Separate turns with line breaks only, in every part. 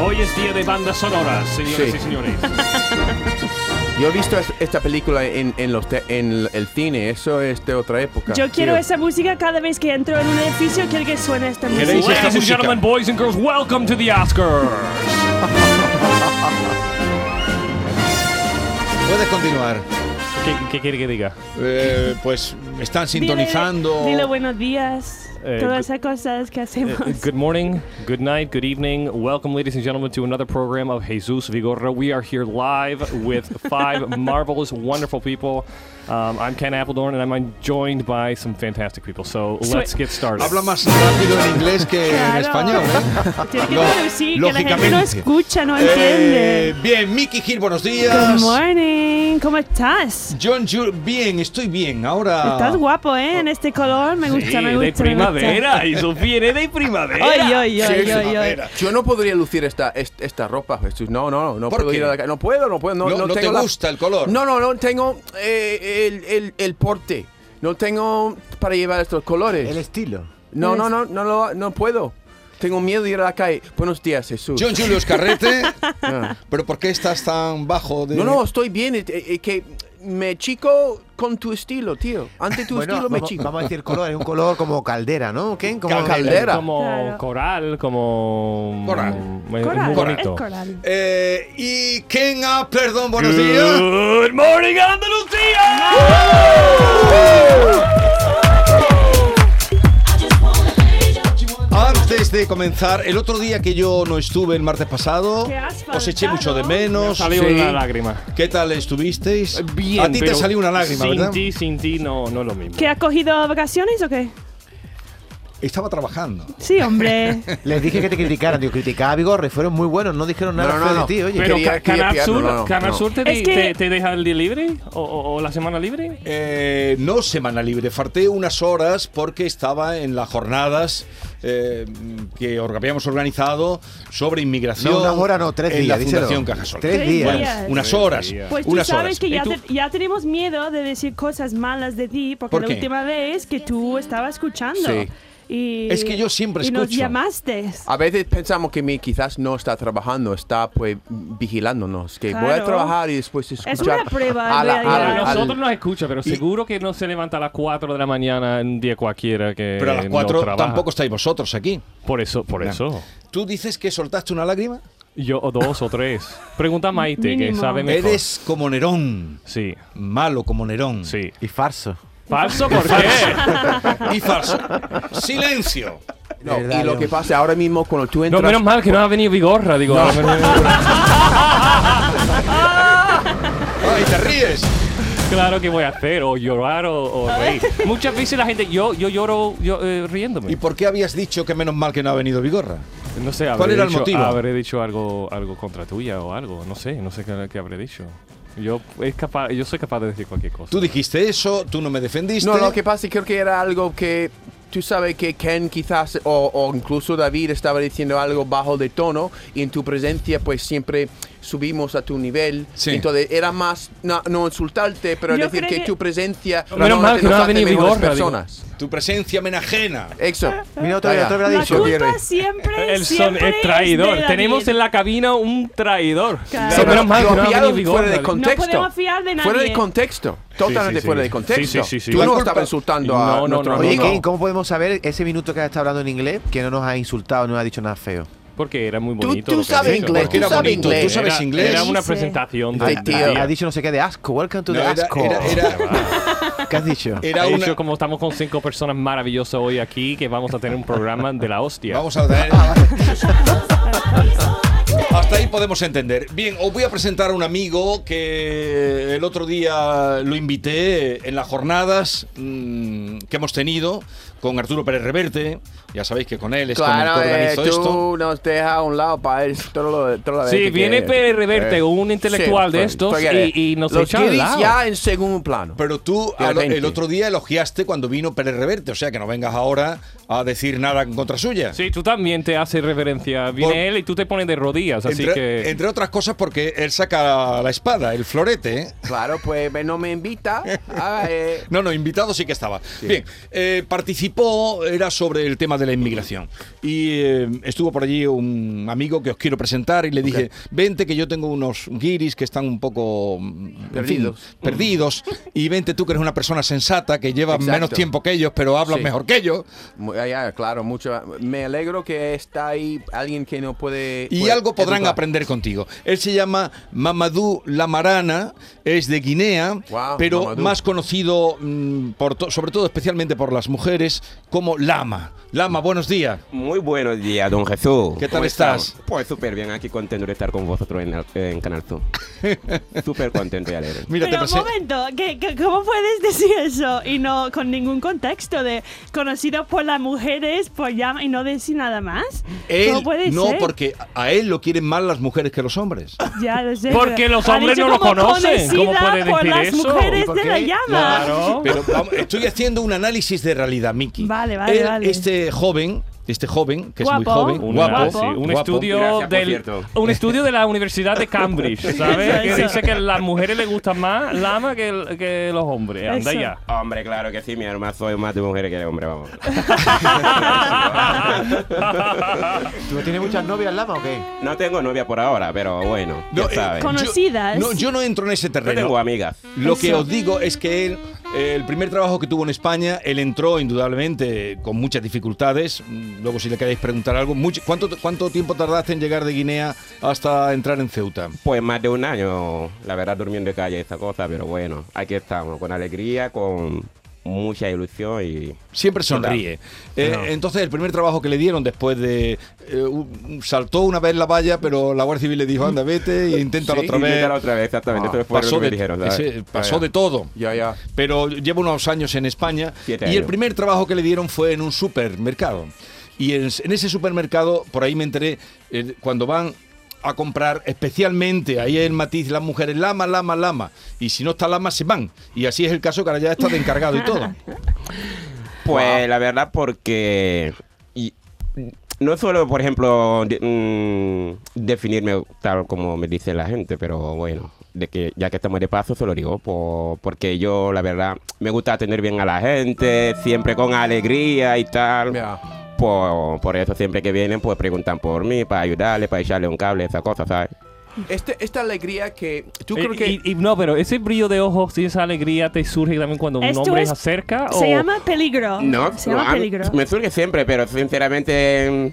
Hoy es día de bandas sonoras, señoras
Sí.
y señores.
Yo he visto es- esta película en, en los te- en el cine, eso es de otra época.
Yo quiero
tío.
esa música cada vez que entro en un edificio, quiero que suene esta
¿Queréis
música.
Ladies
esta
and
música?
gentlemen, boys and girls, welcome to the Oscars.
Puedes continuar.
¿Qué, qué quiere que diga?
Eh, pues me están
Dile-
sintonizando.
Dile, buenos días,
Eh,
todas esas cosas que hacemos.
eh,
Uh, good morning, good night, good evening. Welcome, ladies and gentlemen, to another program of Jesus Vigorra. We are here live with five marvelous, wonderful people. Um, I'm Ken Appledorn, and I'm joined by some fantastic people. So
Sweet.
let's get started.
Habla más rápido en inglés que en
Claro.
español. ¿eh?
Tiene que
Lo-
traducir, que la gente no
lógicamente.
escucha, no
Eh,
entiende.
bien, Mickey Gil, buenos días.
Good morning, ¿cómo estás?
John Jur, bien, estoy bien. Ahora.
Estás guapo, ¿eh? En este color, me gusta,
Sí,
me gusta.
de primavera, eso viene de primavera.
Ay, ay, ay,
Sí,
ay,
a
ay.
ver,
Yo no podría lucir esta, est- esta ropa, Jesús. No, no, no, no
¿Por
puedo
qué?
ir a la calle. No puedo, no puedo. No,
No-
no
no te
tengo la-
gusta el color.
No, no, no tengo eh, el, el- el porte. No tengo para llevar estos colores.
El estilo.
No,
El
no,
es-
no, no, lo- no puedo. Tengo miedo de ir a la calle. Buenos días, Jesús.
John Julius Carrete.
Ah.
¿Pero por qué estás tan bajo? De...
No, no, estoy bien. Es- es que me chico con tu estilo, tío. Ante tu
Bueno,
estilo me
vamos,
chico.
vamos a decir color, es un color como caldera, ¿no? Ken? Como
Caldera.
Como
Claro.
coral, como.
Coral.
Es
Coral,
muy bonito.
es coral.
Eh, y Ken ah, perdón, buenos días.
Good morning, Andalucía.
Antes de comenzar, el otro día que yo no estuve el martes pasado,
Qué asfaltado.
os eché mucho de menos.
Salió
Sí.
una lágrima.
¿Qué tal estuvisteis?
Bien,
A ti te
pero
salió una lágrima,
sin
¿verdad?
ti, sin ti, no, no es lo mismo.
¿Que has cogido vacaciones o qué?
Estaba trabajando.
Sí, hombre.
Les dije que te criticaran, digo, criticaba a Vigorre, fueron muy buenos, no dijeron nada
No, no,
feo
no.
de ti, oye.
Pero
Quería-
Ca-
quería
Canal
pillarlo,
Sur,
no, no,
Canal
no.
Sur te,
Es
di-
que-
te- te deja el día libre o, o- o la semana libre.
Eh, no semana libre, farté unas horas porque estaba en las jornadas eh, que orga- habíamos organizado sobre inmigración.
No, unas horas no, tres
en
días,
la
díselo.
Fundación Cajasol.
Tres
Tres
días.
días.
Bueno, unas horas.
Pues tú
unas
sabes
horas.
que
¿Y
ya,
tú?
te- ya tenemos miedo de decir cosas malas de ti, porque
¿Por
la
qué?
última vez que tú estabas escuchando.
Sí.
Y,
Es que yo siempre
y nos
escucho.
llamaste.
A veces pensamos que mi quizás no está trabajando, está pues vigilándonos. Que voy a
Claro.
trabajar y después escuchar.
una prueba,
a
en
la-
realidad.
al-
A
al-
nosotros nos escucha, pero seguro que no se levanta a las 4 de la mañana en un día cualquiera que
Pero a las
no
cuatro
trabaja.
tampoco estáis vosotros aquí.
Por eso, por
No.
eso.
¿Tú dices que soltaste una lágrima?
Yo, o dos o tres. Pregunta a Maite, que
Mínimo.
sabe mejor.
Eres como Nerón.
Sí,
Malo como Nerón.
sí.
Y farso.
¿Falso por qué?
Y falso. Silencio.
no,
De verdad,
y lo
yo-
que pasa ahora mismo cuando tú
No,
entras.
menos mal que no ha venido Vigorra, digo. a lo mejor-
Ay, te ríes.
Claro que voy a hacer, o llorar o, o reír. Muchas veces la gente, yo, yo lloro yo, eh, riéndome.
¿Y por qué habías dicho que menos mal que no ha venido Vigorra?
No sé, habré
¿Cuál era el
dicho,
motivo?
Habré dicho algo, algo contra tuya o algo. No sé, no sé qué, qué habré dicho. Yo, es capaz, yo soy capaz de decir cualquier cosa.
Tú dijiste eso, tú no me defendiste.
No, lo que pasa es que creo que era algo que tú sabes que Ken quizás o, o incluso David estaba diciendo algo bajo de tono y en tu presencia pues siempre subimos a tu nivel.
Sí.
Entonces era más no, no insultarte, pero
Yo
decir
creo
que,
que-
tu presencia
Menos mal que no ha
hace
venido
mejores
Vigorra, digo.
personas.
Tu presencia me enajena.
Eso.
Mira, otro día,
Vaya.
otro
Ah,
día
La
dicho.
Eso
culpa
viene.
siempre,
el son
siempre
es traidor.
de
Tenemos
David.
en la cabina un traidor.
Claro.
Sí,
Pero
pero
menos mal
lo
que no ha
pillaron
venido Vigorra.
fuera de
digo.
contexto.
podemos fiar de
Fuera de
nadie.
contexto. Totalmente
sí,
fuera
sí.
de contexto.
Sí, sí, sí,
Tú
sí.
no
La
estabas
culpa-
insultando
No,
a
no,
nuestro
no,
Oye,
amigo.
Ken, ¿cómo podemos saber ese minuto que has estado hablando en inglés que no nos ha insultado, no nos ha dicho nada feo?
Porque era muy
Tú-
bonito. lo
tú
que
sabes
había hecho.
inglés,
Porque
tú
era
sabes
bonito.
inglés. Tú
sabes
Era-
inglés.
Era una
Sí.
presentación
Ay,
de. de-
Ah, tío.
Ha dicho no sé qué de asco. Welcome to the
No, era,
asco.
era- era-
¿Qué has dicho?
era
He
una.
dicho, como estamos con cinco personas maravillosas hoy aquí, que vamos a tener un programa de la hostia.
Vamos a ver. Hasta ahí podemos entender. Bien, os voy a presentar a un amigo que el otro día lo invité en las jornadas mm, que hemos tenido con Arturo Pérez Reverte. Ya sabéis que con él es
Claro,
con el que
eh,
organizo esto.
tú nos dejas a un lado para él todo lo, todo lo
Sí,
que
viene
quieres. Eh,
Pérez Reverte, un intelectual de
pues,
estos,
porque
y- y nos
los
echa al
queréis
lado.
ya en segundo plano.
Pero tú
De
al- el
repente.
otro día elogiaste cuando vino Pérez Reverte, o sea que no vengas ahora a decir nada en contra suya.
Sí, tú también te haces referencia. Viene
Por-
él y tú te pones de rodillas, así
Entre-
que.
que.
Entre otras cosas porque él saca la espada, el florete. ¿eh?
Claro, pues me- no me invita. Ah, eh,
No, no, invitado sí que estaba. Bien, eh, participó, era sobre el tema de la inmigración. Y eh, estuvo por allí un amigo que os quiero presentar y le dije, vente que yo tengo unos guiris que están un poco mm, en fin,
Perdidos.
perdidos. Y vente tú que eres una persona sensata, que llevas
Exacto.
menos tiempo que ellos, pero hablas
Sí.
mejor que ellos.
mu- ah, ya, claro, mucho. Me alegro que está ahí alguien que no puede.
Y
puede
algo podrán
educar.
aprender contigo. Él se llama Mamadou Lamarana, es de Guinea,
Guau,
pero
Mamadou.
más conocido, mm, por to- sobre todo especialmente por las mujeres, como Lama. Lama, buenos días.
Muy buenos días, don Jesús.
¿Qué tal
¿Cómo
estás?
estamos? Pues súper bien, aquí contento de estar con vosotros en, el- en Canal Sur. súper contento y alegre.
Mira, te
Pero un
presen-
momento, ¿qué- qué- ¿cómo puedes decir eso y no con ningún contexto de conocido por las mujeres por llama y no decir nada más?
Él-
¿Cómo puede
no,
ser?
porque a él lo quieren más las mujeres que los hombres.
Ya lo sé.
Porque
pero
los
ha
hombres
dicho
no lo
como
conocen. ¿Cómo
conocida
puede
por
decir
las
eso?
mujeres
¿Y por
de la
qué?
llama.
Claro.
Pero vamos, estoy haciendo un análisis de realidad, Miki.
Vale, vale,
Él,
vale.
Este joven, este joven, que es muy
Guapo.
joven,
Un
guapo,
análisis, un
guapo.
estudio
Gracias, por
del
cierto.
un estudio de la Universidad de Cambridge, ¿sabes?
Eso,
que
eso.
dice que a las mujeres les gusta más lama que, el- que los hombres. Anda
Eso.
ya.
Hombre, claro que sí, mi hermano, soy más de mujeres que de hombre, vamos.
¿Tú tienes muchas novias, Lama, o qué?
No tengo novia por ahora, pero bueno, ya
eh,
sabes.
Con- Conocidas.
Yo, no, yo no entro en ese
Yo
terreno.
tengo amigas.
Lo que
Eso.
os digo es que él, eh, el primer trabajo que tuvo en España, él entró indudablemente con muchas dificultades. Mm, Luego, si le queréis preguntar algo, mucho- ¿cuánto, ¿cuánto tiempo tardaste en llegar de Guinea hasta entrar en Ceuta?
Pues más de un año, la verdad, durmiendo de calle esta cosa, pero bueno, aquí estamos, con alegría, con mucha ilusión y...
Siempre sonríe. Eh, Entonces, el primer trabajo que le dieron después de. eh, un- saltó una vez la valla, pero la Guardia Civil le dijo: anda, vete e inténtalo otra vez.
Inténtalo otra vez, exactamente.
Ah,
Eso fue lo
Pasó,
que me
de,
dijeron, ¿sabes?
ese- pasó de todo.
Ya, ya.
pero lleva unos años en España
Siete
y el
años.
primer trabajo que le dieron fue en un supermercado. Y en, en ese supermercado, por ahí me enteré, eh, cuando van a comprar, especialmente ahí es el matiz, las mujeres lama, lama, lama. Y si no está lama, se van. Y así es el caso que ahora ya está de encargado y todo.
Pues la verdad porque y- no suelo, por ejemplo, de- mm, definirme tal como me dice la gente, pero bueno, de que ya que estamos de paso se lo digo, po- porque yo la verdad me gusta atender bien a la gente, siempre con alegría y tal.
Ya.
Por, por eso siempre que vienen pues preguntan por mí, para ayudarle, para echarle un cable, esa cosa, ¿sabes?
Este- esta alegría que. Tú
Eh,
Y-
creo que.
y, y no, pero ese brillo de ojos y esa alegría te surge también cuando un
Esto
hombre
es-
se acerca o
Se llama peligro.
No,
se
no,
llama
a mí
peligro.
Me surge siempre, pero sinceramente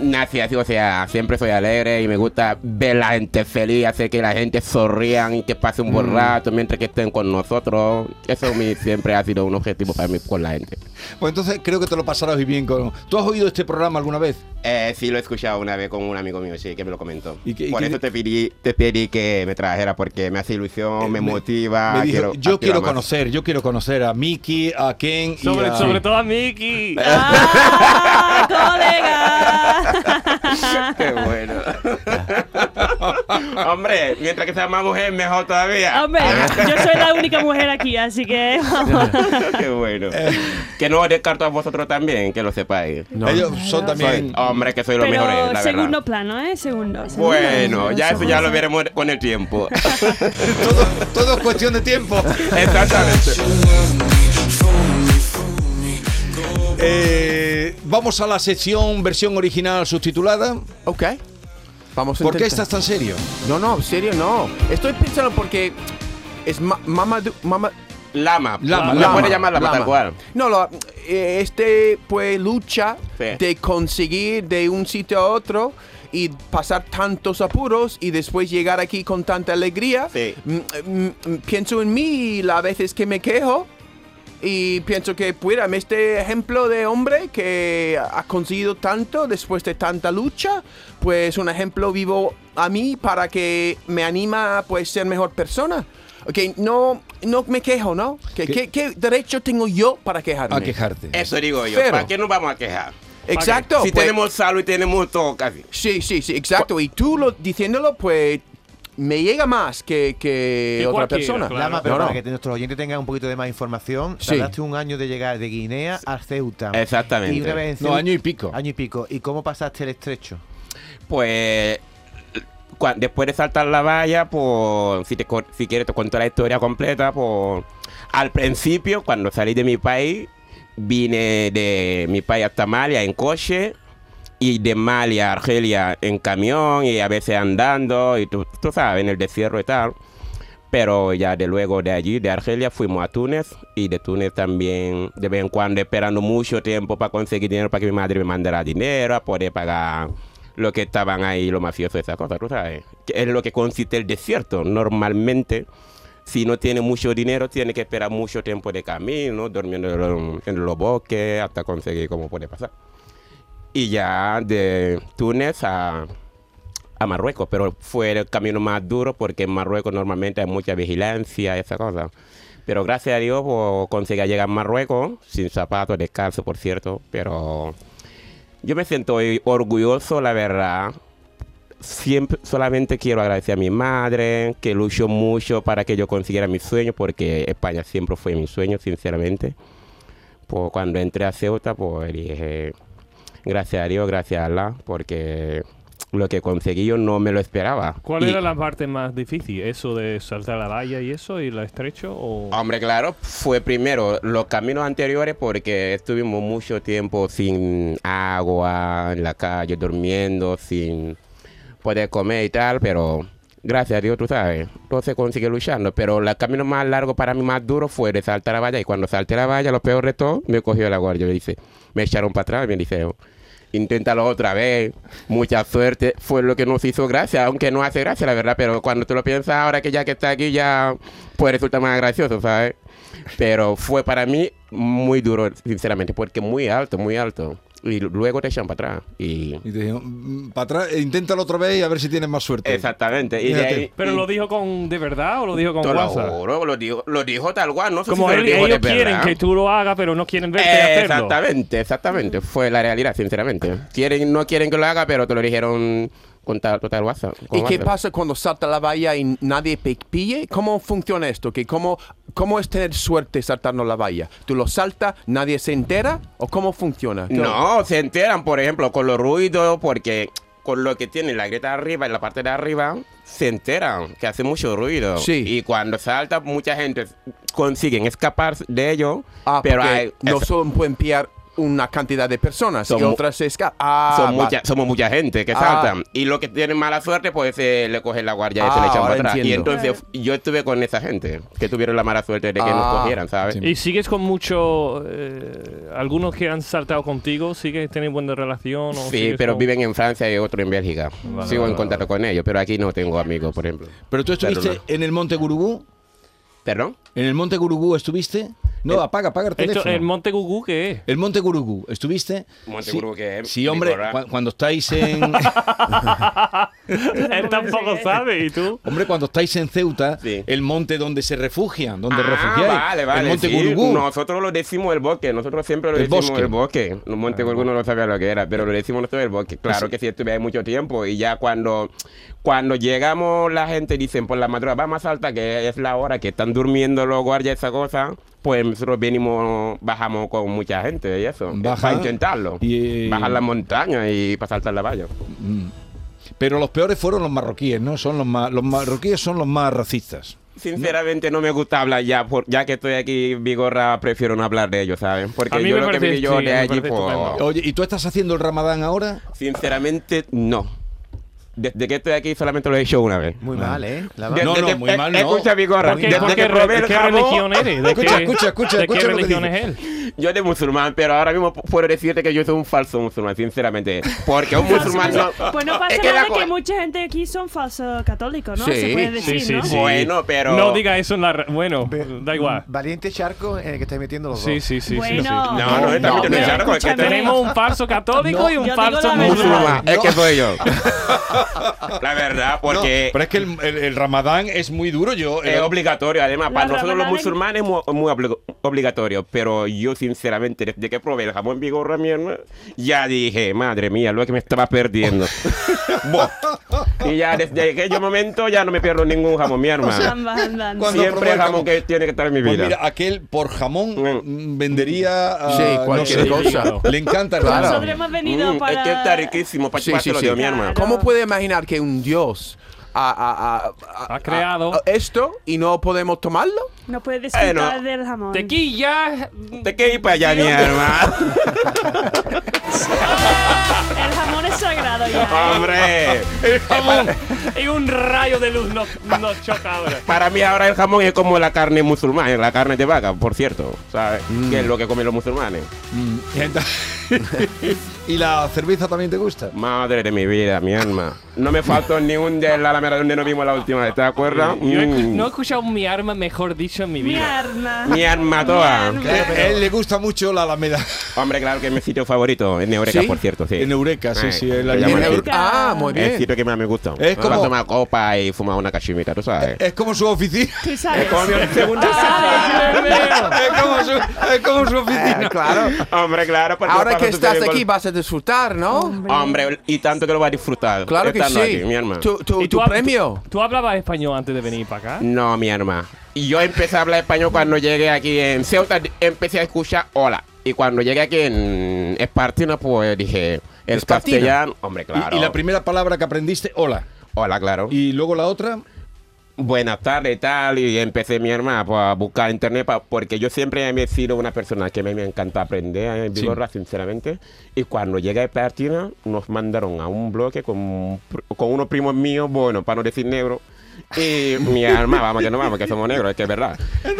mm, nací así, o sea, siempre soy alegre y me gusta ver la gente feliz, hacer que la gente sonrían y que pase un
Mm.
buen rato mientras que estén con nosotros. Eso mi- siempre ha sido un objetivo para mí con la gente.
Pues entonces creo que te lo pasarás muy bien con... ¿Tú has oído este programa alguna vez?
Eh, sí, lo he escuchado una vez con un amigo mío, sí, que me lo comentó.
¿Y qué- y
Por
qué
eso
di-
te pedí, te pedí que me trajera porque me hace ilusión, me,
Eh, me-
motiva.
Me dijo, yo
activar
quiero
más".
conocer, yo quiero conocer a Mickey, a Ken y
sobre,
a-
sobre todo a Mickey.
¡Ah, colega!
Qué bueno. Hombre, mientras que sea más mujer, mejor todavía. Ah,
Hombre, yo soy la única mujer aquí, así que vamos.
Qué bueno. que no os descarto a vosotros también, que lo sepáis.
Ellos son también...
Soy- hombre, que soy los
Pero
mejores, la
segundo
verdad.
plano, ¿eh? Segundo. segundo
Bueno,
plano,
ya eso ya lo
segundo.
veremos con el tiempo.
todo, todo es cuestión de tiempo.
Exactamente.
Eh, vamos a la sección versión original subtitulada.
Ok. Vamos a
¿Por qué
intentar.
estás tan serio?
No, no, en serio, no. Estoy pensando porque. Es ma Mamadou- Mama-
Lama.
Lama,
La
lama,
puede llamar lama, tal cual.
No, lo- eh, este pues lucha
Sí.
de conseguir de un sitio a otro y pasar tantos apuros y después llegar aquí con tanta alegría.
Sí.
Mm, mm, mm, pienso en mí y las veces que me quejo y pienso que, mira, este ejemplo de hombre que ha conseguido tanto después de tanta lucha, pues un ejemplo vivo a mí para que me anima a pues, ser mejor persona. Ok, no, no me quejo, ¿no? ¿Qué,
¿Qué-
qué- qué derecho tengo yo para quejarme?
A quejarte.
Eso digo yo.
Pero-
¿Para qué nos vamos a quejar?
Exacto.
si
pues-
tenemos salud y tenemos todo casi. Pues-
Sí, sí, sí, exacto. Y tú lo, diciéndolo, pues me llega más que, que
Que
otra
cualquiera,
persona.
claro.
Lama, pero
No, no.
para que nuestros oyentes tengan un poquito de más información,
Sí.
tardaste un año de llegar de Guinea a Ceuta.
Exactamente.
Y una vez en
No,
Ceuta-
año y pico.
Año y pico. ¿Y cómo pasaste el estrecho?
Pues cua- después de saltar la valla, pues si, te, co- si quieres te cuento la historia completa, pues al principio, cuando salí de mi país, vine de mi país hasta Malia en coche y de Malia a Argelia en camión y a veces andando y tú, tú sabes, en el desierto y tal. Pero ya de luego de allí, de Argelia, fuimos a Túnez y de Túnez también, de vez en cuando, esperando mucho tiempo para conseguir dinero para que mi madre me mandara dinero, a poder pagar lo que estaban ahí, los mafiosos, esas cosas, tú sabes. Que Es lo que consiste el desierto. Normalmente, si no tiene mucho dinero, tiene que esperar mucho tiempo de camino, durmiendo en los- en los bosques, hasta conseguir cómo puede pasar. Y ya de Túnez a, a Marruecos, pero fue el camino más duro porque en Marruecos normalmente hay mucha vigilancia y esa cosa. Pero gracias a Dios pues, conseguí llegar a Marruecos, sin zapatos, descalzo, por cierto, pero yo me siento orgulloso, la verdad. Siempre, solamente quiero agradecer a mi madre, que luchó mucho para que yo consiguiera mi sueño, porque España siempre fue mi sueño, sinceramente. Pues cuando entré a Ceuta, pues dije, gracias a Dios, gracias a Allah, porque lo que conseguí yo no me lo esperaba.
¿Cuál
Y-
era la parte más difícil? ¿Eso de saltar la valla y eso y la estrecho? O...
Hombre, claro, fue primero los caminos anteriores porque estuvimos mucho tiempo sin agua, en la calle, durmiendo, sin poder comer y tal, pero gracias a Dios, tú sabes, todo se consigue luchando. Pero el camino más largo para mí, más duro, fue de saltar la valla y cuando salté la valla, lo peor de todo, me cogió la guardia, me dice, me echaron para atrás, me dice, "Oh, Inténtalo otra vez, mucha suerte, fue lo que nos hizo gracia, aunque no hace gracia la verdad, pero cuando tú lo piensas ahora que ya que está aquí ya pues resulta más gracioso, ¿sabes? Pero fue para mí muy duro, sinceramente, porque muy alto, muy alto. Y luego te echan para atrás. Y...
Y te dijeron, para atrás, e inténtalo otra vez y a ver si tienes más suerte.
Exactamente. Y de
Fíjate.
ahí,
¿Pero lo dijo con de verdad o lo dijo con
Te lo
WhatsApp?
juro, lo dijo, lo dijo tal cual,
mm,
no sé si
Como
se
él-
lo dijo de
ellos quieren
verdad.
que tú lo hagas, pero no quieren verte hacerlo.
Exactamente, exactamente. Fue la realidad, sinceramente. Quieren, no quieren que lo haga, pero te lo dijeron con tal, total WhatsApp. con
¿Y qué
WhatsApp.
pasa cuando salta la valla y nadie pe- pille? ¿Cómo funciona esto? ¿Que cómo, ¿Cómo es tener suerte saltando la valla? ¿Tú lo saltas, nadie se entera? ¿O cómo funciona?
No, se enteran, por ejemplo, con los ruidos, porque con lo que tiene la grieta arriba y la parte de arriba, se enteran que hace mucho ruido.
Sí.
Y cuando salta, mucha gente consiguen escapar de ello,
Ah,
pero
porque
hay,
no
es-
son pueden pillar una cantidad de personas y
Son mu-
otras se escapan. Ah,
son
va.
mucha, somos mucha gente que
Ah.
saltan. Y los que tienen mala suerte, pues eh, le cogen la guardia y se
Ah,
le echan para
ahora
atrás. Y
entiendo.
entonces yo estuve con esa gente, que tuvieron la mala suerte de que
Ah.
nos cogieran, ¿sabes?
Sí.
¿Y sigues con mucho... eh, algunos que han saltado contigo, sigues tienen buena relación?
Sí,
O sigues
pero
con-
viven en Francia y otro en Bélgica.
Vale,
Sigo
vale,
en contacto con ellos, pero aquí no tengo amigos, por ejemplo.
Pero tú
Claro,
estuviste en el Monte Gurubú.
¿Perdón? Eh,
¿En el Monte Gurubú estuviste? No, apaga, apaga el
Esto,
teléfono.
¿El Monte Gugú qué es?
El Monte Gurugú, ¿estuviste?
Monte
Sí,
Gurugú, que es
Sí, hombre,
Nicolás.
cua- cuando estáis en
Él tampoco sabe, ¿y tú?
hombre, cuando estáis en Ceuta,
Sí.
el monte donde se refugian, donde
Ah,
refugiáis,
Vale, vale.
el Monte
sí.
Gurugú.
Nosotros lo decimos el bosque, nosotros siempre lo
El
decimos
bosque. Ah,
el bosque. El Monte Gurugú no lo sabía lo que era, pero lo decimos nosotros el bosque. Claro que sí, estuve ahí mucho tiempo y ya cuando, cuando llegamos la gente dicen por la madrugada, vamos a salta que es la hora que están durmiendo los guardias, esa cosa. Pues nosotros venimos, bajamos con mucha gente y eso.
Baja.
Para intentarlo.
Y-
Bajar la montaña y para saltar la valla.
Mm. Pero los peores fueron los marroquíes, ¿no? Son los más, los marroquíes son los más racistas.
Sinceramente no me gusta hablar ya, por- ya que estoy aquí Vigorra, prefiero no hablar de ellos, ¿sabes?
A
Porque
mí
yo
me
lo que
parece-
vi yo
sí,
de
me
allí,
parece
pues,
estupendo.
Oye, ¿y tú estás haciendo el Ramadán ahora?
sinceramente no. Desde que estoy aquí solamente lo he hecho una vez.
Muy mal, ¿eh? La
De-
va-
No,
Desde
no,
que-
muy mal,
eh,
no.
Escucha, Vigorra,
¿Por qué,
desde
por
que
qué
probé el
¿qué
jamón,
religión eres? ¿De
Escucha,
qué,
escucha, escucha,
¿de
escucha
qué
lo que
religión
dice.
es él?
Yo de musulmán, pero ahora mismo puedo decirte que yo soy un falso musulmán, sinceramente. Porque un musulmán no...
Pues no pasa
Es que la
nada que
co-
mucha gente aquí son falsos católicos, ¿no?
Sí,
Se puede
Sí,
decir,
sí,
¿no?
sí.
Bueno, pero-
No diga eso en la... ra- Bueno, da igual.
Valiente charco en el que estáis metiendo los
Sí,
dos.
sí, sí, sí.
bueno,
sí.
No, no, está
pero
mucho
escúchame,
charco, es que
Tenemos un falso católico y
yo
un
digo
falso
la verdad.
musulmán.
musulmán, es que soy yo. La verdad, porque...
No, pero es que el, el- el Ramadán es muy duro. Yo
Es
eh,
obligatorio, además,
La
Ah, para nosotros los
Ramadán en-
musulmanes es muy, muy obli- obligatorio, pero yo sinceramente, desde que probé el jamón vigorra mierda, ya dije, madre mía, lo que me estaba perdiendo. Buah. Y ya desde aquel momento ya no me pierdo ningún jamón, mi hermano.
Ambas andando.
cuando
Siempre
probé
el
el
jamón
jamón.
que tiene que estar en mi
Pues
vida.
mira, aquel por jamón mm, vendería. ah,
Sí,
no
cualquier
sé.
cosa.
Le encanta el
Claro.
jamón.
Nosotros hemos venido
Mm,
para.
Es que está riquísimo, para
Sí,
sí,
sí, sí.
mi hermano.
¿Cómo puede imaginar que un dios ha, ha- ha-
Ha creado.
esto y no podemos tomarlo?
No puedes disfrutar
Eh, no.
del jamón.
Tequilla.
Te que ir para allá, mi hermano.
El jamón es sagrado ya. ¿eh?
Hombre,
Ah, Y un rayo de luz nos no choca ahora.
para mí ahora el jamón es como la carne musulmana, la carne de vaca, por cierto, ¿sabes?
Mm.
Que es lo que comen los musulmanes.
Mm, y ent- ¿Y la cerveza también te gusta?
Madre de mi vida, mi alma. No me faltó ni un de la lamera donde nos vimos la última vez, ¿te acuerdas?
Yo he-
Mm.
no he escuchado mi arma, mejor dicho, en mi
Mi
vida.
arma.
Mi alma
Mi
toda.
arma.
Eh, A él le gusta mucho la Alameda.
Hombre, claro que es mi sitio favorito, en Eureka,
¿Sí?
por cierto, sí.
En Eureka, sí,
Ay,
sí. en la
te llamo
Alameda.
a ti.
Ah, muy
Es el
bien.
sitio que más me gusta.
Es como-
Para tomar copa y fumar una cachimita, tú
Eh,
sabes.
Es como su oficina.
Tú sabes.
segunda
es, como su, es como su
Eh,
oficina.
claro.
Hombre, claro. porque
Ahora
para
que
tú
estás
tener-
aquí vas a disfrutar, ¿no?
Hombre, y tanto que lo vas a disfrutar.
Claro que
estando
sí.
aquí, mi hermano.
Tu, tu-
¿Y
tu
hab-
premio.
tú- ¿Tú hablabas español antes de venir para acá?
No, mi hermano. Y yo empecé a hablar español cuando llegué aquí en Ceuta. Empecé a escuchar hola. Y cuando llegué aquí en Espartina, pues dije... El
Espartina.
castellano, hombre,
Y-
Eh, claro.
Y, la primera palabra que aprendiste, hola.
Hola, claro.
Y luego la otra,
buenas tardes y tal, y empecé mi hermana pues, a buscar internet, pa- porque yo siempre me he sido una persona que me, me encanta aprender eh, en
Sí.
Vigorra, sinceramente, y cuando llegué a Espartina nos mandaron a un bloque con, un pr- con unos primos míos, bueno, para no decir negro, y mi hermana, vamos que no vamos, que somos negros, es que es verdad.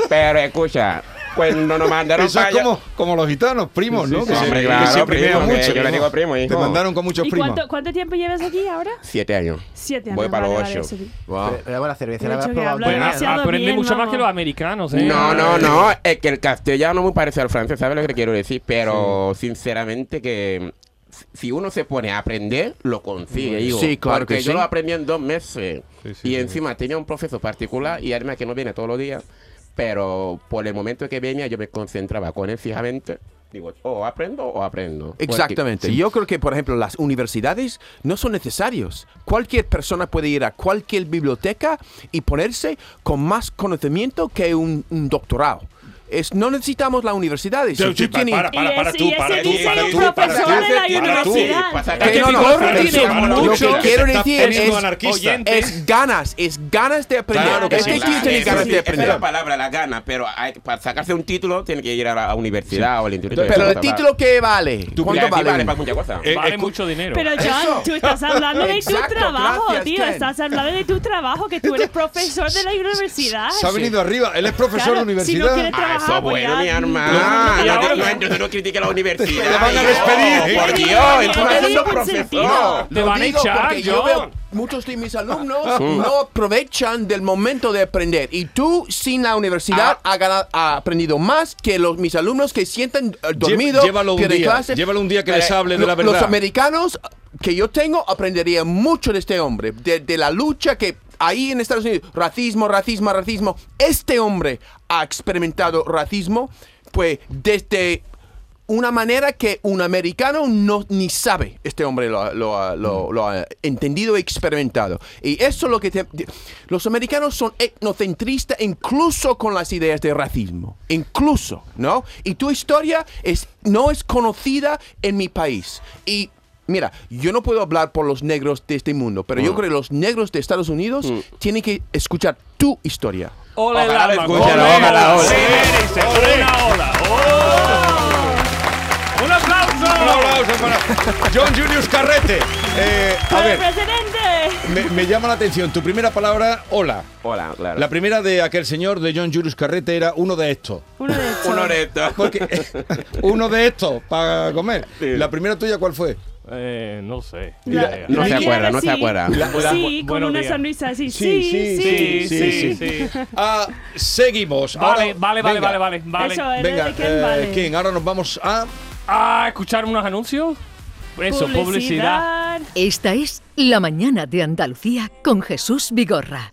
Pero escucha, cuando nos mandaron
eso
para
es
allá-
como, como los gitanos, primos, ¿no?
sí. Hombre, claro,
primean
primo, que yo le
¿no?
digo primo,
Te
hijo.
mandaron con muchos
¿Y
primos.
cuánto, cuánto tiempo llevas aquí ahora?
Siete años.
Siete años.
Voy para los
vale, vale,
ocho.
sí.
Wow.
Pero, bueno, la cerveza
Lo
la
he
habrás
hecho que
probado.
habla
Bueno,
bien.
demasiado
aprendí
bien,
mucho más
vamos.
que los americanos, ¿eh?
No, no, no, es que el castellano muy parece al francés, ¿sabes lo que te quiero decir? Pero sinceramente que si uno se pone a aprender, lo consigue, hijo.
Sí, claro
Porque
que
yo
sí.
lo aprendí en dos meses.
Sí, sí,
y
sí.
encima tenía un profesor particular y además que no viene todos los días. Pero por el momento que venía yo me concentraba con él fijamente. Digo, o aprendo o aprendo.
Exactamente. Yo creo que, por ejemplo, las universidades no son necesarios. Cualquier persona puede ir a cualquier biblioteca y ponerse con más conocimiento que un, un doctorado. Es, no necesitamos las universidades. Si tú tienes-
para, para tú, para tú, para tú, para tú, para tú.
Que no, no, lo que quiero decir
poniendo
es,
anarquista.
oyente.
es ganas, es ganas de aprender.
Claro que
es
sí,
este
que
claro.
tú tienes
Eso
ganas
sí,
de
esa es la
aprender.
palabra, la gana, pero hay- para sacarse un título tiene que ir a la a universidad o al instituto. de
Pero el
cosas,
título que vale,
¿sabes?
¿cuánto
Sí, sí,
vale?
para muchas cosas.
Eh,
Vale
escu-
mucho dinero.
Pero John,
Eso.
tú estás hablando de tu
Exacto,
trabajo,
gracias,
tío.
Ken.
Estás hablando de tu trabajo, que tú eres profesor de la universidad.
Se ha venido arriba. Él es profesor
Claro,
de
si no
universidad.
quieres-
Ah, eso
trabajar,
es bueno,
pues
mi
ya-
arma.
Y
No,
ahora-
te- no, entonces no critique la universidad.
Te van a
hijo.
despedir.
Por Dios, es
Te
una siendo
digo
profesor.
consentido.
Te
Lo
van a
digo
echar,
porque yo
John.
veo muchos de mis alumnos no aprovechan del momento de aprender. Y tú, sin la universidad,
Ah.
ha, ganado- ha aprendido más que los, mis alumnos que sienten eh,
Lle-
dormidos,
llévalo un
pierden
día.
clase.
Llévalo un día que les
Eh,
hable de
lo-
la
Los
verdad.
americanos que yo tengo aprenderían mucho de este hombre, de, de la lucha que ahí en Estados Unidos, racismo, racismo, racismo. Este hombre ha experimentado racismo, pues desde una manera que un americano no ni sabe. Este hombre lo, ha- lo ha- lo- lo ha entendido y experimentado. Y eso es lo que te- te- los americanos son etnocentristas incluso con las ideas de racismo, incluso, ¿no? Y tu historia es no es conocida en mi país y Mira, yo no puedo hablar por los negros de este mundo, pero
Mm.
yo creo que los negros de Estados Unidos tienen que escuchar tu historia.
Ole
Ojalá
la
lo
mago-
escuchen,
ole,
ojalá, ole.
sí, merece, Una ola. ¡Oh! ¡Un
Un
aplauso!
aplauso para John Julius Carrete. Eh, a
¡Para el
ver,
presidente!
me, me llama la atención. Tu primera palabra, hola.
Hola, claro.
La primera de aquel señor de John Julius Carrete era uno de estos. Ah,
Uno de estos.
Uno de estos.
Porque uno de estos para comer.
Sí.
La primera tuya, ¿cuál fue?
Eh, no sé.
La-
Idea.
no
la
se
mía
acuerda,
era
no se
así.
acuerda. La-
la-
sí,
bu-
con
buenos
una
días.
sonrisa así. Sí, sí,
sí, sí, sí.
Ah, seguimos.
Vale,
Ahora-
vale, vale,
venga,
vale, vale, vale.
Eso es
Venga,
de Ken
eh,
vale.
¿quién? Ahora nos vamos a.
Ah, escuchar unos anuncios. Eso, publicidad.
Esta es La Mañana de Andalucía con Jesús Vigorra,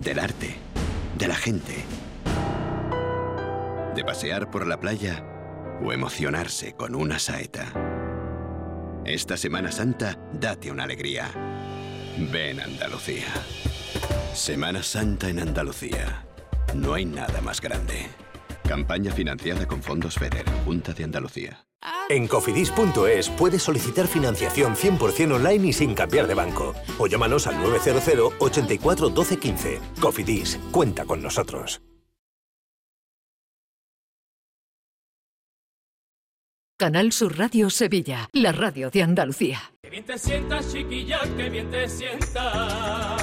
del arte, de la gente, de pasear por la playa o emocionarse con una saeta. Esta Semana Santa, date una alegría. Ven Andalucía. Semana Santa en Andalucía. No hay nada más grande. Campaña financiada con fondos FEDER, Junta de Andalucía.
En cofidis.es puedes solicitar financiación 100% online y sin cambiar de banco. O llámanos al 900 84 12 15. Cofidis, cuenta con nosotros.
Canal Sur Radio Sevilla, la radio de Andalucía.
Que bien te sientas, chiquilla, que bien te sientas.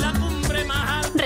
la cumbre más alta.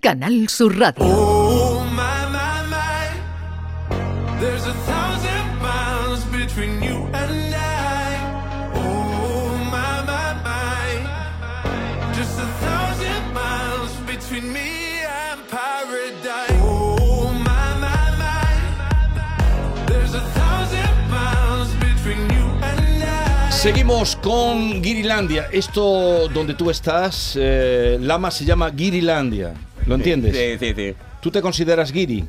Canal Sur Radio.
Oh, my, my, my. There's a thousand miles between you and I. Oh, my, my, my. Just a thousand miles between me and paradise. Oh, my, my, my. There's a thousand miles between you and I.
Seguimos con Guirilandia. Esto donde tú estás, eh, Lama se llama Guirilandia. ¿Lo entiendes?
Sí, sí, sí.
¿Tú te consideras guiri?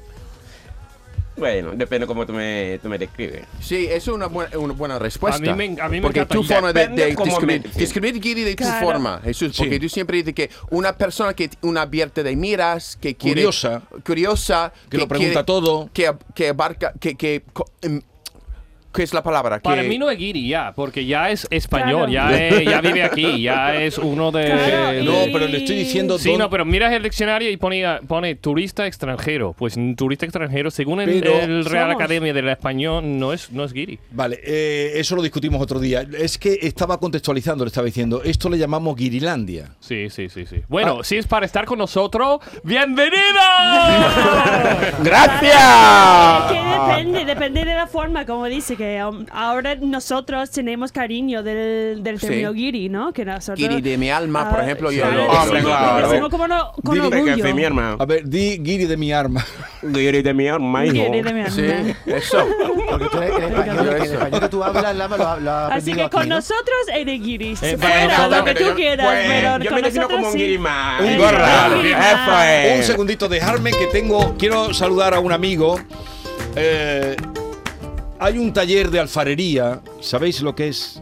Bueno, depende cómo tú me, tú me describes.
Sí, es una buena, una buena respuesta.
A mí me- a mí me
Porque
encanta.
tu forma de,
Depende
de
cómo me-
describir, describir Guiri de tu
Claro.
forma, Jesús. Porque
Sí.
tú siempre dices que una persona que t- una abierta de miras, que quiere...
Curiosa.
Curiosa.
Que lo pregunta
quiere-
todo.
Que, ab- que abarca... Que, que, co- em, ¿Qué es la palabra?
Para
que,
mí no es guiri ya, porque ya es español,
Claro.
ya, es- ya vive aquí, ya es uno de...
Claro,
de-
y-
No, pero le estoy diciendo.
Sí,
dónde-
no, pero miras el diccionario y ponía- pone turista extranjero. Pues un turista extranjero, según el,
Pero-
el Real
Somos.
Academia del Español, no es, no es guiri.
Vale, eh, eso lo discutimos otro día. Es que estaba contextualizando, le estaba diciendo, esto le llamamos Guirilandia.
Sí, sí, sí, sí. Bueno, si es para estar con nosotros, ¡bienvenido!
Es que depende, depende de la forma, como dice, que um, ahora nosotros tenemos cariño del, del
Sí.
término guiri, ¿no? Que nosotros,
Guiri de mi alma, por ejemplo, yo
claro,
lo-
decimos-
Hombre, claro.
lo decimos como no- con
Dime
Porque
orgullo.
soy mi hermano.
A ver, di Guiri de mi arma.
Guiri de mi alma, hijo.
Guiri de mi
Sí,
alma.
eso.
Porque tú eres el español, el español que tú hablas, Lama, lo, ha- lo ha
Ah,
Así
aprendido
que con
aquí, ¿no?
nosotros eres guiri.
Eh, para
Fuera,
nosotros,
lo que
pero
tú
yo-
quieras,
pues,
pero
yo
con
me defino
nosotros
como un
sí.
guirimán.
Un
Eres
gorra.
un guirimán.
Eso es.
Un segundito, dejarme que tengo. Quiero saludar a un amigo. Eh, hay un taller de alfarería. ¿Sabéis lo que es?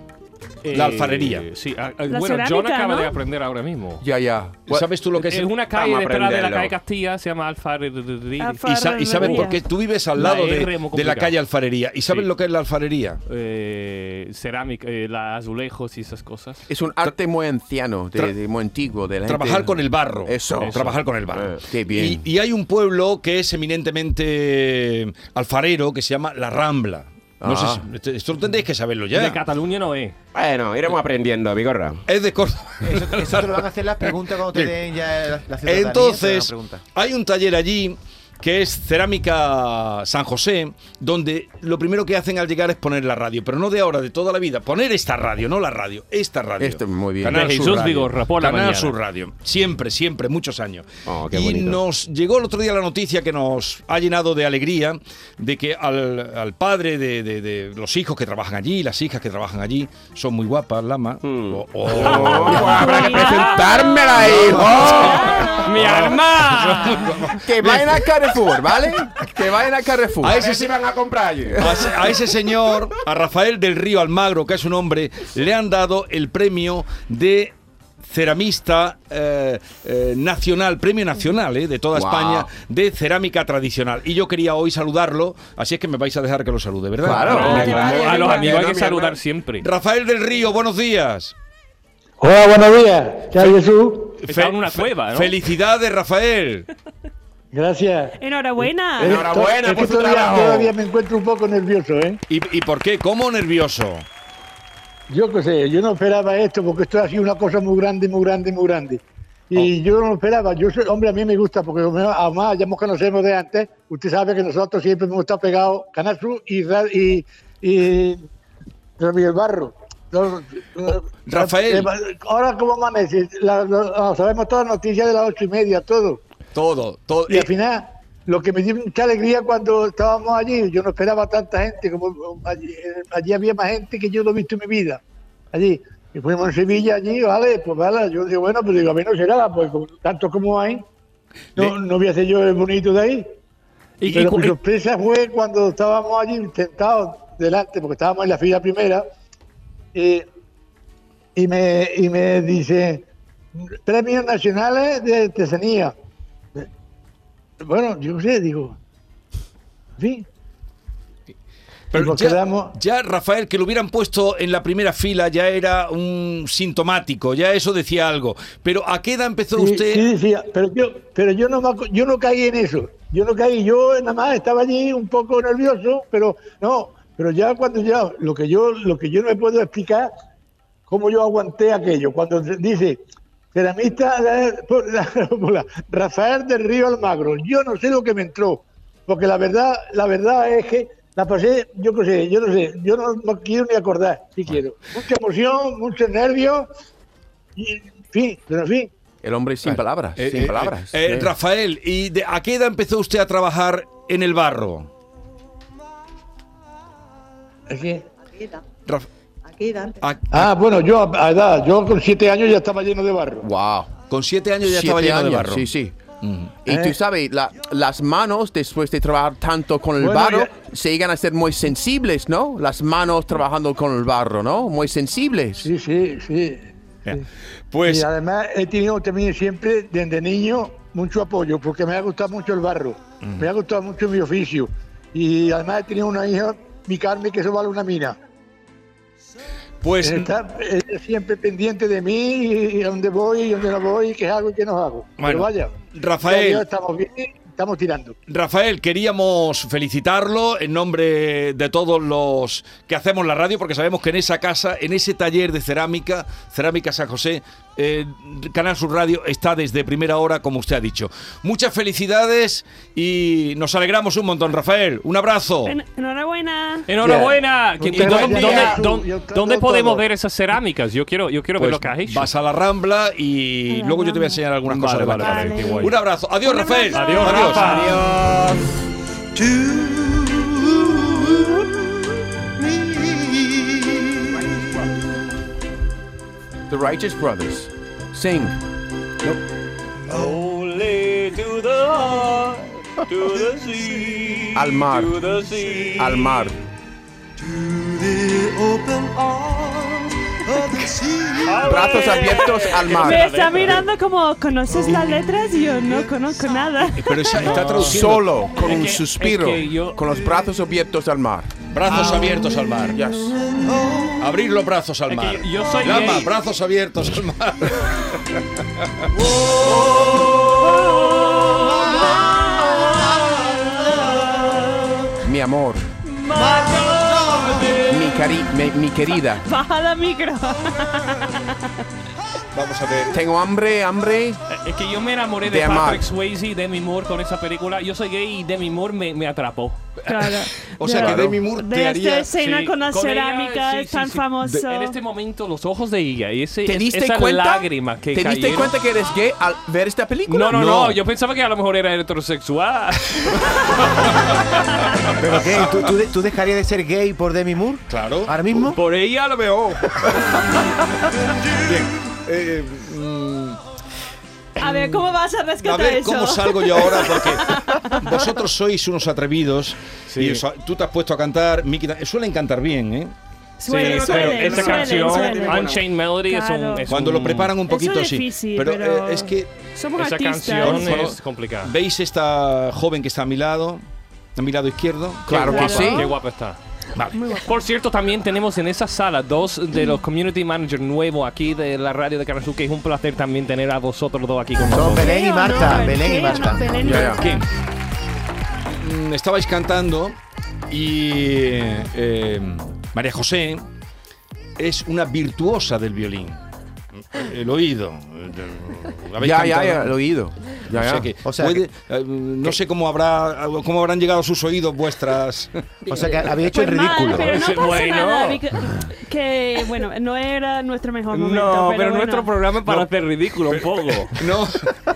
La alfarería.
Sí, ah,
eh,
ah,
La
bueno, John
cerámica,
acaba
¿no?
de aprender ahora mismo.
Ya, ya.
Pues, ¿Sabes tú lo que es?
Es una calle detrás de la calle Castilla, se llama Alfarería.
Y, sa- y sabes por qué tú vives al lado
E
de, de la calle Alfarería. ¿Y sabes
Sí.
lo que es la alfarería?
Eh, cerámica, eh, la- azulejos y esas cosas.
Es un arte muy anciano, de, de- muy antiguo. De la
Trabajar
gente-
con el barro.
Eso.
Trabajar con el barro.
Eh, qué bien.
Y, y hay un pueblo que es eminentemente alfarero que se llama La Rambla. No
Ah.
sé si- esto- esto lo tendréis que saberlo ya.
De
Cataluña no es.
Bueno, iremos aprendiendo, Vigorra.
Es de Córdoba.
Eso, eso te lo van a hacer las preguntas cuando te
Bien.
den ya la, la ciudadanía.
Entonces,
te van a preguntar.
hay un taller allí que es Cerámica San José, donde lo primero que hacen al llegar es poner la radio, pero no de ahora, de toda la vida. Poner esta radio, no la radio, esta radio.
Esto, muy bien.
Canal
De
Sur
Jesús
Radio.
Vigorra, por la
Canal
mañana.
Sur Radio. Siempre, siempre, muchos años.
Oh,
Oh,
qué
y
bonito.
nos llegó el otro día la noticia que nos ha llenado de alegría de que al, al padre de, de- de los hijos que trabajan allí, las hijas que trabajan allí, son muy guapas, Lama. Oh, oh.
Habrá que presentármela, hijo.
Ah.
¡Mi
arma! que vayan a Carrefour, ¿vale? Que vayan a Carrefour.
A ese sí
van a comprar.
A ese- A ese señor, a Rafael del Río Almagro, que es un hombre, le han dado el premio de ceramista eh, eh, nacional, premio nacional eh, de toda
Wow.
España de cerámica tradicional. Y yo quería hoy saludarlo, así es que me vais a dejar que lo salude, ¿verdad?
Claro.
Hombre,
Claro. A los amigos hay que
Mi
saludar
hermano.
siempre.
Rafael del Río, buenos días.
Hola, buenos días. ¿Qué hay, Jesús?
Está en una cueva, ¿no?
Felicidades, Rafael.
Gracias.
Enhorabuena.
Enhorabuena
Es que
por tu
todavía,
trabajo.
todavía me encuentro un poco nervioso, ¿eh?
¿Y, y por qué? ¿Cómo nervioso?
Yo qué sé, yo no esperaba esto porque esto ha sido una cosa muy grande, muy grande, muy grande. Y yo no lo esperaba. Yo soy- hombre, a mí me gusta porque como además ya nos conocemos de antes. Usted sabe que nosotros siempre hemos estado pegados Canal Sur y, ra- y, y Radio Miguel Barro. Los- los-
Rafael.
eh, Ahora, ¿cómo amanece? La- la- la- sabemos todas las noticias de las ocho y media, todo.
Todo, todo.
eh,
Y al final, lo que me dio mucha alegría cuando estábamos allí, yo no esperaba tanta gente, como allí, eh, allí había más gente que yo no he visto en mi vida. Allí. Y fuimos en Sevilla allí, vale, pues vale. Yo digo, bueno, pues digo, a mí no será, pues como- tanto como hay, no, no voy a ser yo el bonito de ahí.
Y- y
Pero
cu-
mi
y-
sorpresa fue cuando estábamos allí sentados delante, porque estábamos en la fila primera, y, y me, y me dice, premios nacionales de artesanía. Bueno, yo qué sé, digo, sí,
Pero
nos
ya,
quedamos-
ya, Rafael, que lo hubieran puesto en la primera fila ya era un sintomático, ya eso decía algo. Pero ¿a qué edad empezó
Sí,
usted?
sí, decía, pero yo, pero yo no me acu- yo no caí en eso. Yo no caí, yo nada más estaba allí un poco nervioso, pero no, pero ya cuando ya lo que yo lo que yo no me puedo explicar cómo yo aguanté aquello cuando se- dice ceramista de- por la- por la- Rafael del Río Almagro. Yo no sé lo que me entró, porque la verdad la verdad es que la pasé, yo qué sé, yo no sé, yo no, no quiero ni acordar, si quiero. Mucha emoción, muchos nervios, y en fin, pero en fin.
El hombre sin palabras.
Eh,
sin
eh,
palabras.
eh, eh,
Sí.
Rafael, ¿y de- a qué edad empezó usted a trabajar en el barro?
Aquí.
Raf- a-
Ah, bueno, yo a a edad, yo con siete años ya estaba lleno de barro.
Wow.
Con siete años ya
Siete
estaba lleno de
años,
barro.
Sí, sí.
Mm.
Y tú sabes, la- las manos, después de trabajar tanto con el
Bueno,
barro,
ya-
se llegan a ser muy sensibles, ¿no? Las manos trabajando con el barro, ¿no? Muy sensibles.
Sí, sí, sí.
Pues.
Y además he tenido también siempre, desde niño, mucho apoyo, porque me ha gustado mucho el barro,
Mm.
me ha gustado mucho mi oficio. Y además he tenido una hija, mi Carmen, que eso vale una mina.
Pues
Está eh, siempre pendiente de mí, y, y a dónde voy, y dónde no voy, y qué hago y qué no hago. Pero
Bueno,
vaya,
Rafael.
gracias a Dios estamos bien, estamos tirando.
Rafael, queríamos felicitarlo en nombre de todos los que hacemos la radio, porque sabemos que en esa casa, en ese taller de cerámica, Cerámica San José, eh, Canal Sur Radio está desde primera hora, como usted ha dicho. Muchas felicidades y nos alegramos un montón, Rafael. Un abrazo.
En- enhorabuena.
Enhorabuena. ¿Qué-
Muchas gracias.
¿Dónde, dónde-
Tú,
dónde-
yo
dónde
todo.
podemos ver esas cerámicas? Yo quiero, yo quiero ver
Pues
lo que has hecho.
vas a la Rambla y luego yo te voy a enseñar algunas cosas de la
vale,
Rambla.
vale, qué guay.
Un abrazo. Adiós, Rafael.
Adiós, Rafa.
The Righteous Brothers. Sing.
Only to the heart, to the sea,
Al mar.
to the sea,
Al mar.
to the open arms
Brazos abiertos al mar.
Me está mirando como, ¿conoces las letras? Y yo no conozco nada.
Pero si está traduciendo.
Solo, con
Es
un
que-
suspiro,
es que yo-
con los brazos abiertos al mar.
Brazos abiertos al mar.
Oh,
Abrir los brazos al
Es que
mar.
yo- yo soy
Lama,
gay.
brazos abiertos al mar.
Mi amor, mi, cari mi, mi querida.
Baja la micro.
Vamos a ver.
Tengo hambre, hambre.
Eh, Es que yo me enamoré de,
De amar.
Patrick Swayze y Demi Moore con esa película. Yo soy gay y Demi Moore me, me atrapó.
Claro.
O sea que Demi Moore te
De esta
haría.
escena
Sí,
con la
con ella,
cerámica
sí,
es
sí,
tan
sí.
famoso.
En este momento, los ojos de ella y ese,
¿Te
es-
diste
esa
cuenta?
lágrima que
¿Te diste
cayeron.
cuenta que eres gay al ver esta
No,
película?
no, no, yo pensaba que a lo mejor era heterosexual.
¿Pero qué? ¿Tú, tú de- tú dejarías de ser gay por Demi Moore?
Claro.
¿Ahora mismo?
Por ella lo veo.
Bien. Eh, mm,
A ver, ¿cómo vas a
a
rescatar
ver
eso?
cómo salgo yo ahora, porque vosotros sois unos atrevidos. Y os- tú te has puesto a cantar. Miki, ta- suelen cantar bien, ¿eh?
Suelen, Sí, suelen, pero esta suelen, canción, suelen. Unchained Melody, es un- es
Cuando lo
un-
preparan un
Eso
poquito,
es
sí.
difícil,
pero,
pero
eh, es que.
somos Esa artistas. canción es complicada.
¿Veis esta joven que está a mi lado? A mi lado izquierdo.
Qué guapa, Qué guapa está. Por cierto, también tenemos en esa sala dos de los community managers nuevos aquí de la radio de Canal Sur, que es un placer también tener a vosotros dos aquí con nosotros.
Belén y Marta, Belén y
creo,
Marta.
no, Belén y Marta.
¿Qué? Mm, Estabais cantando y eh, María José es una virtuosa del violín. Eh, El oído. ¿Habéis
Ya, ya,
cantado?
ya, el oído. Ya,
O sea
ya.
que
O sea
puede- eh, no sé cómo habrá cómo habrán llegado a sus oídos vuestras.
O sea que habéis hecho el
Pues Mal,
ridículo.
pero no pasa
Bueno.
nada, Vic- que, bueno, no era nuestro mejor
No,
momento.
pero,
pero, bueno.
nuestro programa es para hacer ridículo un poco.
No,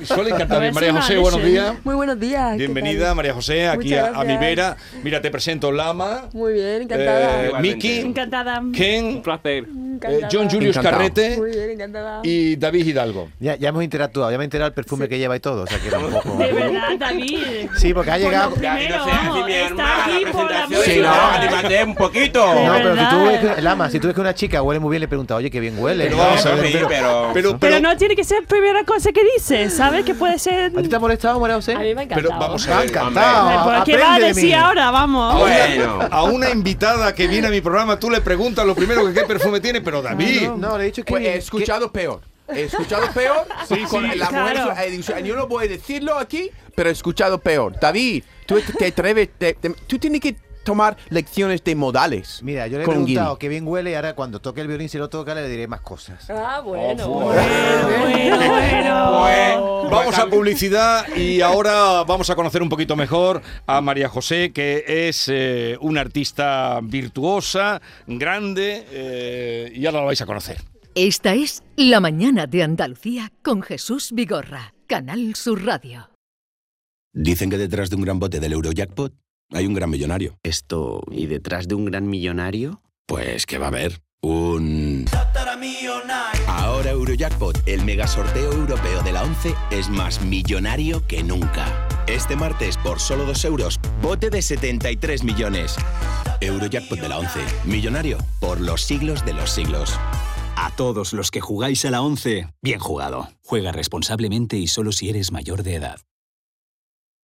suele cantar bien.
Es
María
una
José, buenos
leyenda.
días.
Muy buenos días. ¿qué
Bienvenida,
tal?
María José, aquí a,
Muchas
a mi
gracias.
vera. Mira, te presento Lama,
Muy bien, encantada.
Eh, Miki.
Encantada.
Ken,
placer.
Encantada.
John Julius
Encantado.
Carrete
Muy bien, encantada.
y David Hidalgo.
Ya, ya hemos interactuado, ya me he enterado el perfume que lleva y todo. O sea que tampoco.
De verdad, David.
Sí, porque ha
Pues
Por lo
llegado-
primero,
Ya, y no seas
vamos,
ni mi
está aquí por la música.
Sí, no.
Anímate un poquito.
No, pero si tú,
verdad.
ves que, Lama, si tú ves que una chica huele muy bien, le preguntas, oye, qué bien huele.
Pero
¿no?
vamos a
¿Sabes?
ver, pero-
Pero,
Pero no tiene que ser primera cosa que dices, ¿sabes? Que puede ser. ¿A ti
te ha molestado, María José?
A mí me ha
Pero vamos
Me
a
ha
ver.
encantado.
Hombre, ¿por qué
Ah,
va a
aprende de
decir
mí.
ahora? Vamos.
Bueno, a una invitada que viene a mi programa, tú le preguntas lo primero que qué perfume tiene, pero David.
No, le he dicho que.
Pues he escuchado peor. He escuchado peor.
Sí,
con
sí,
la mujer-
claro.
eh, dice, Yo no voy a decirlo aquí, pero he escuchado peor. David, tú te atreves. te- te- tú tienes que tomar lecciones de modales.
Mira, yo le he
con Guido.
preguntado qué bien huele y ahora cuando toque el violín, si lo toca, le diré más cosas.
Ah, bueno.
Vamos a publicidad y ahora vamos a conocer un poquito mejor a María José, que es eh, una artista virtuosa, grande, eh, y ahora la vais a conocer.
Esta es La Mañana de Andalucía con Jesús Vigorra, Canal Sur Radio.
Dicen que detrás de un gran bote del Eurojackpot hay un gran millonario.
Esto, ¿y detrás de un gran millonario?
Pues que va a haber un... Ahora Eurojackpot, el mega sorteo europeo de la 11, es más millonario que nunca. Este martes, por solo 2 euros, bote de 73 millones. Eurojackpot de la 11, millonario por los siglos de los siglos.
A todos los que jugáis a la 11, bien jugado. Juega responsablemente y solo si eres mayor de edad.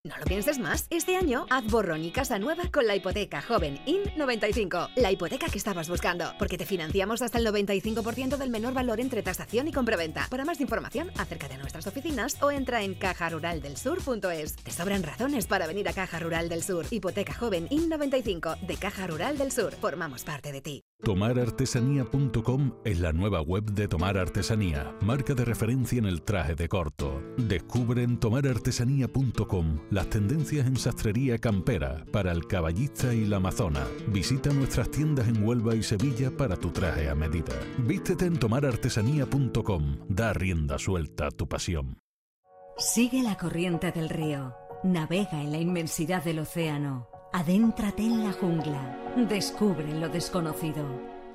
No lo pienses más. Este año haz borrón y casa nueva con la hipoteca joven IN95. La hipoteca que estabas buscando. Porque te financiamos hasta el 95% del menor valor entre tasación y compraventa. Para más información, acerca de nuestras oficinas o entra en cajaruraldelsur.es. Te sobran razones para venir a Caja Rural del Sur. Hipoteca joven IN95 de Caja Rural del Sur. Formamos parte de ti.
Tomarartesanía.com es la nueva web de Tomar Artesanía, marca de referencia en el traje de corto. Descubre en tomarartesanía.com las tendencias en sastrería campera para el caballista y la amazona. Visita nuestras tiendas en Huelva y Sevilla para tu traje a medida. Vístete en tomarartesanía.com. Da rienda suelta a tu pasión.
Sigue la corriente del río, navega en la inmensidad del océano, adéntrate en la jungla, descubre lo desconocido,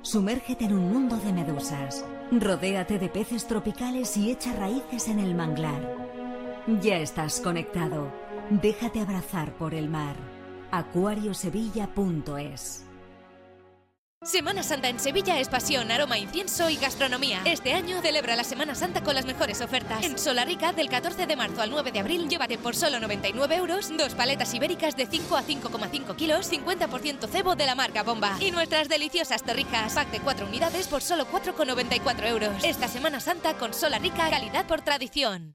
sumérgete en un mundo de medusas, rodéate de peces tropicales y echa raíces en el manglar. Ya estás conectado, déjate abrazar por el mar. acuariosevilla.es
Semana Santa en Sevilla es pasión, aroma, incienso y gastronomía. Este año celebra la Semana Santa con las mejores ofertas. En Solarica, del 14 de marzo al 9 de abril, llévate por solo 99 euros dos paletas ibéricas de 5 a 5,5 kilos, 50% cebo de la marca Bomba. Y nuestras deliciosas torrijas, pack de 4 unidades por solo 4,94 euros. Esta Semana Santa con Solarica, calidad por tradición.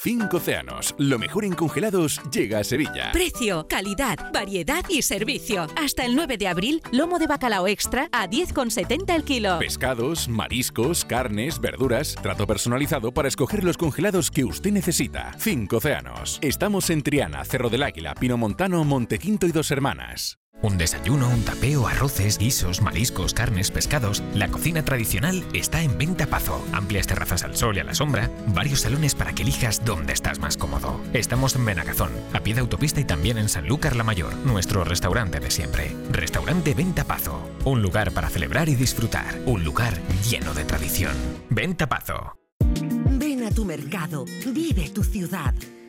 Cinco océanos, lo mejor en congelados llega a Sevilla.
Precio, calidad, variedad y servicio. Hasta el 9 de abril, lomo de bacalao extra a 10,70 el kilo.
Pescados, mariscos, carnes, verduras, trato personalizado para escoger los congelados que usted necesita. Cinco océanos. Estamos en Triana, Cerro del Águila, Pinomontano, Montequinto y Dos Hermanas.
Un desayuno, un tapeo, arroces, guisos, mariscos, carnes, pescados. La cocina tradicional está en Venta Pazo. Amplias terrazas al sol y a la sombra, varios salones para que elijas dónde estás más cómodo. Estamos en Benagazón, a pie de autopista y también en Sanlúcar la Mayor, nuestro restaurante de siempre. Restaurante Venta Pazo. Un lugar para celebrar y disfrutar. Un lugar lleno de tradición. Venta Pazo.
Ven a tu mercado, vive tu ciudad.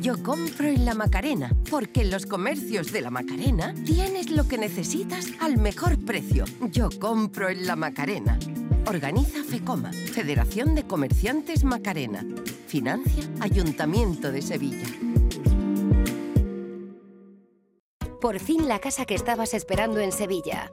Yo compro en La Macarena, porque en los comercios de La Macarena tienes lo que necesitas al mejor precio. Yo compro en La Macarena. Organiza FECOMA, Federación de Comerciantes Macarena. Financia Ayuntamiento de Sevilla.
Por fin la casa que estabas esperando en Sevilla.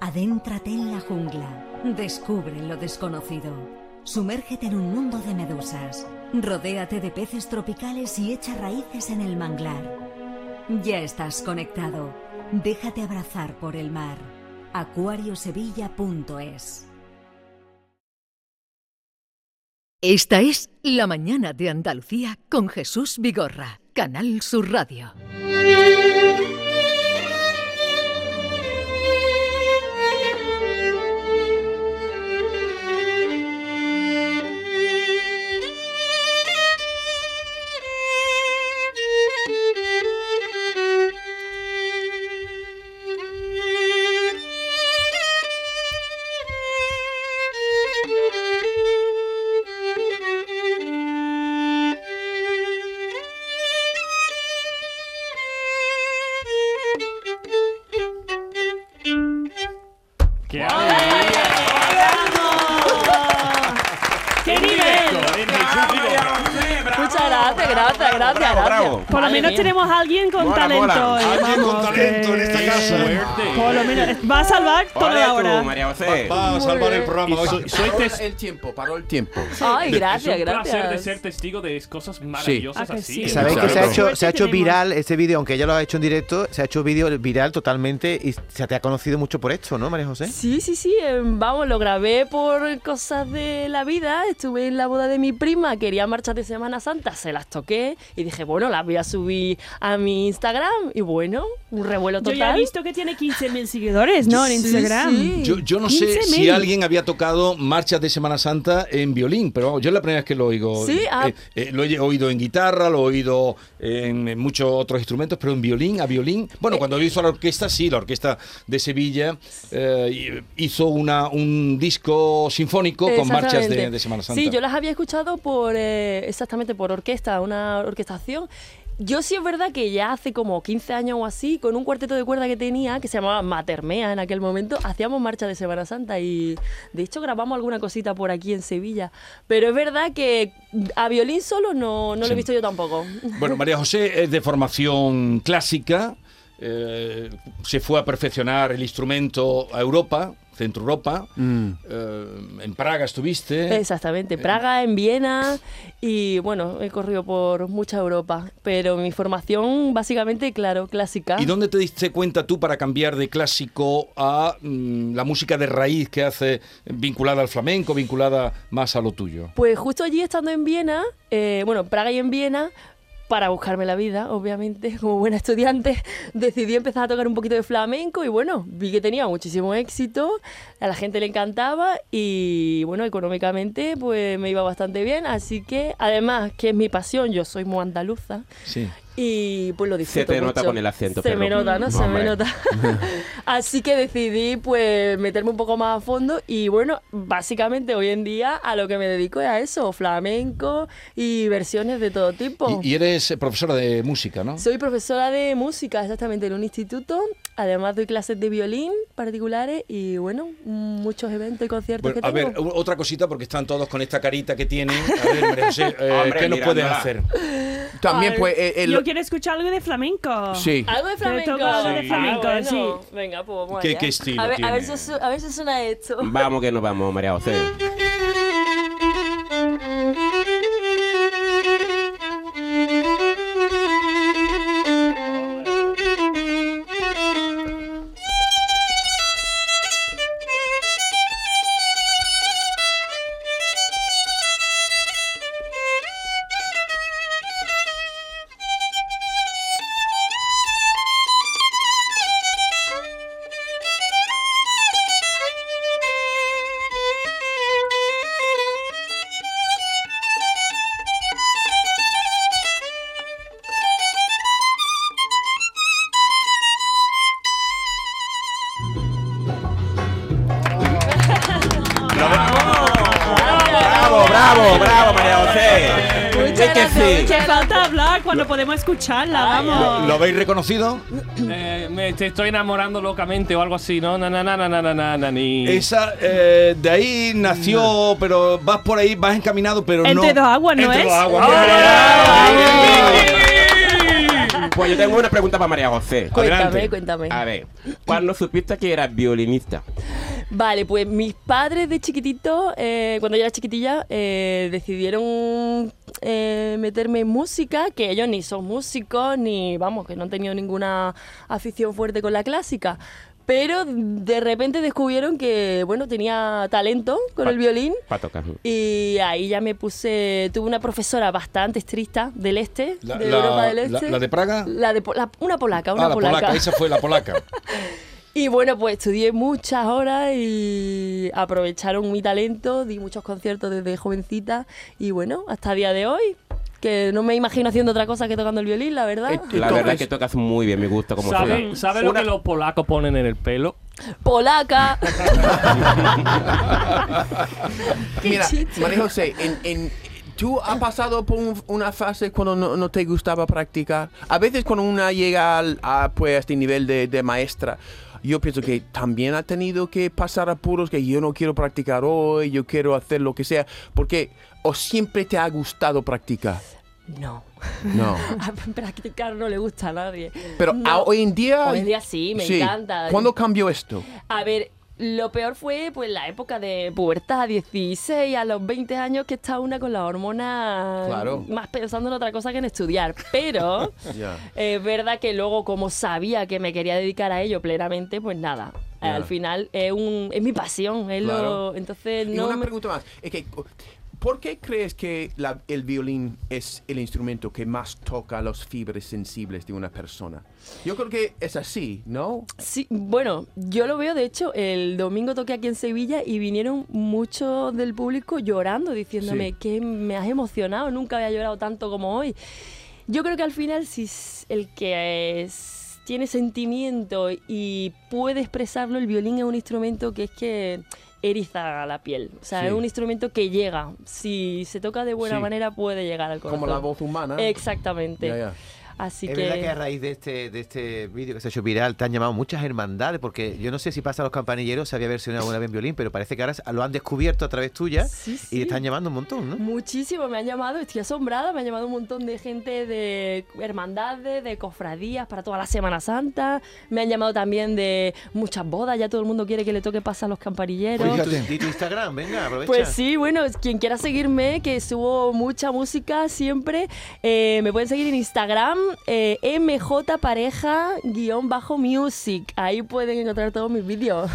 Adéntrate en la jungla. Descubre lo desconocido. Sumérgete en un mundo de medusas. Rodéate de peces tropicales y echa raíces en el manglar. Ya estás conectado. Déjate abrazar por el mar. acuariosevilla.es
Esta es La mañana de Andalucía con Jesús Vigorra, Canal Sur Radio.
Thank you.
gracias, gracias, gracias.
bravo.
Por lo
Madre
menos
mía.
tenemos a alguien con
Mola,
talento.
mola.
eh,
Alguien con
vamos,
talento en
que-
esta casa. Suerte.
Por lo menos va a salvar todo
Hola, tú,
ahora.
María José.
Va- va a salvar el programa
Y
hoy.
so- soy
Paró
tes-
el tiempo, paró el tiempo.
Ay,
gracias,
es un placer de
gracias.
ser testigo de cosas maravillosas
¿A que
así.
sí? Pues
¿eh?
Sabéis que se ha
Claro.
hecho, se ha hecho
tenemos.
viral ese vídeo, aunque ya lo ha hecho en directo, se ha hecho vídeo viral totalmente y se te ha conocido mucho por esto, ¿no, María José?
Sí, sí, sí, eh, vamos, lo grabé por cosas de la vida, estuve en la boda de mi prima, quería marchas de Semana Santa, se las toqué y dije, bueno, las voy a subir a mi Instagram y bueno, un revuelo
Yo
total.
ya he
visto que tiene 15.000 seguidores, ¿no? En Instagram.
Yo, yo no sé si alguien había tocado marchas de Semana Santa en violín, pero vamos, yo es la primera vez que lo oigo.
Sí, ah.
Eh, eh, lo he oído en guitarra, lo he oído en, en muchos otros instrumentos, pero en violín, a violín.
Eh,
Bueno, cuando hizo la orquesta, sí, la orquesta de Sevilla eh, hizo una, un disco sinfónico con marchas de,
Exactamente.
de Semana Santa.
Sí, yo las había escuchado por eh, exactamente por orquesta, una orquestación. Yo sí es verdad que ya hace como 15 años o así, con un cuarteto de cuerda que tenía, que se llamaba Matermea en aquel momento, hacíamos marcha de Semana Santa y de hecho grabamos alguna cosita por aquí en Sevilla. Pero es verdad que a violín solo no, no lo
Sí.
he visto yo tampoco.
Bueno, María José es de formación clásica, eh, se fue a perfeccionar el instrumento a Europa, Centro Europa, eh, en Praga estuviste. eh,
Exactamente, Praga, en Viena y bueno, he corrido por mucha Europa, pero mi formación básicamente, claro, clásica.
¿Y dónde te diste cuenta tú para cambiar de clásico a mm, la música de raíz que hace vinculada al flamenco, vinculada más a lo tuyo?
Pues justo allí estando en Viena, eh, bueno, en Praga y en Viena, para buscarme la vida, obviamente, como buena estudiante, decidí empezar a tocar un poquito de flamenco y bueno, vi que tenía muchísimo éxito, a la gente le encantaba y bueno, económicamente pues me iba bastante bien, así que además que es mi pasión, yo soy muy andaluza
Sí.
y pues lo
Se
disfruto
te nota
mucho.
con el acento,
Se
perro.
me nota, ¿no? Se me
Hombre.
nota. Así que decidí pues meterme un poco más a fondo y bueno, básicamente hoy en día a lo que me dedico es a eso, flamenco y versiones de todo tipo.
Y, y eres eh, profesora de música, ¿no?
Soy profesora de música exactamente en un instituto, además doy clases de violín particulares y bueno, muchos eventos y conciertos
Bueno,
que
a
tengo.
ver, u- otra cosita porque están todos con esta carita que tienen. A ver, María José, eh,
Hombre,
¿qué nos puedes
mirándola.
hacer?
Ay, Yo quiero escuchar algo de flamenco.
Sí.
Algo de
Te toco
flamenco.
algo de
Sí.
flamenco,
Ah, bueno.
sí.
Venga, pues vamos
¿Qué-
allá.
qué estilo
a ver, A ver,
tiene?
si su- a ver si suena esto.
Vamos que nos vamos, María José.
Bravo,
bravo, bravo, María José.
Muchas
que sí.
gracias. falta hablar cuando podemos escucharla, vamos.
¿Lo habéis reconocido?
Eh, me te estoy enamorando locamente o algo así, ¿no? Na, na, na, na, na, na, na, na, ni.
Esa, eh, de ahí nació, pero vas por ahí, vas encaminado, pero no.
Entre dos aguas, ¿no
Entre
es? Ah,
dos aguas.
Pues yo tengo una pregunta para María José.
Cuéntame, cuéntame.
A ver, ¿cuándo supiste que eras violinista?
Vale, pues mis padres de chiquitito, eh, cuando yo era chiquitilla, eh, decidieron eh, meterme en música, que ellos ni son músicos, ni vamos, que no han tenido ninguna afición fuerte con la clásica. Pero de repente descubrieron que, bueno, tenía talento con el violín
Para tocar.
y ahí ya me puse, tuve una profesora bastante estricta del este,
La-
de
la-
Europa del
la-
Este.
la de Praga?
La de, Po- la- una polaca, una
Ah, la polaca.
polaca.
esa fue la polaca.
Y bueno, pues estudié muchas horas y aprovecharon mi talento, di muchos conciertos desde jovencita y bueno, hasta día de hoy, que no me imagino haciendo otra cosa que tocando el violín, la verdad.
La verdad es que tocas muy bien, me gusta como
¿Saben
suena.
saben lo que los polacos ponen en el pelo?
Polaca. Qué
Mira,
chiste.
María
José, en, en- ¿tú has pasado por un- una fase cuando no, no te gustaba practicar? A veces cuando una llega al- a, pues, a este nivel de, de maestra, yo pienso que también ha tenido que pasar apuros que yo no quiero practicar hoy, yo quiero hacer lo que sea, porque o siempre te ha gustado practicar.
No.
No.
A practicar no le gusta a nadie.
Pero
No.
a- hoy en día.
Hoy en día sí, me encanta.
¿Cuándo cambió esto?
A ver, lo peor fue pues la época de pubertad, 16 a los 20 años, que está una con la hormona
Claro.
más pensando en otra cosa que en estudiar. Pero es verdad que luego, como sabía que me quería dedicar a ello plenamente, pues nada.
Ya.
Al final es, un, es mi pasión. es lo-
Claro.
entonces
Y
no
una
me-
pregunta más. Es que, ¿Por qué crees que la- el violín es el instrumento que más toca los fibras sensibles de una persona? Yo creo que es así, ¿no?
Sí, bueno, yo lo veo, de hecho, el domingo toqué aquí en Sevilla y vinieron muchos del público llorando, diciéndome
Sí.
que me has emocionado, nunca había llorado tanto como hoy. Yo creo que al final, si s- el que es- tiene sentimiento y puede expresarlo, el violín es un instrumento que es que eriza la piel. O sea,
Sí.
es un instrumento que llega. Si se toca de buena
Sí.
manera, puede llegar al corazón.
Como la voz humana.
Exactamente.
Ya, ya.
Así
es
que...
verdad que a raíz de este, de este vídeo que se ha hecho viral te han llamado muchas hermandades, porque yo no sé si pasa a los campanilleros, se había versionado alguna vez en violín, pero parece que ahora lo han descubierto a través tuya y te están llamando un montón, ¿no?
Muchísimo, me han llamado, estoy asombrada, me han llamado un montón de gente de hermandades, de cofradías para toda la Semana Santa, me han llamado también de muchas bodas, ya todo el mundo quiere que le toque pasar a los campanilleros.
Y tu, y tu Instagram, venga, aprovecha.
Pues sí, bueno, es- quien quiera seguirme, que subo mucha música siempre, eh, me pueden seguir en Instagram, eh, mjpareja-music. Ahí pueden encontrar todos mis vídeos.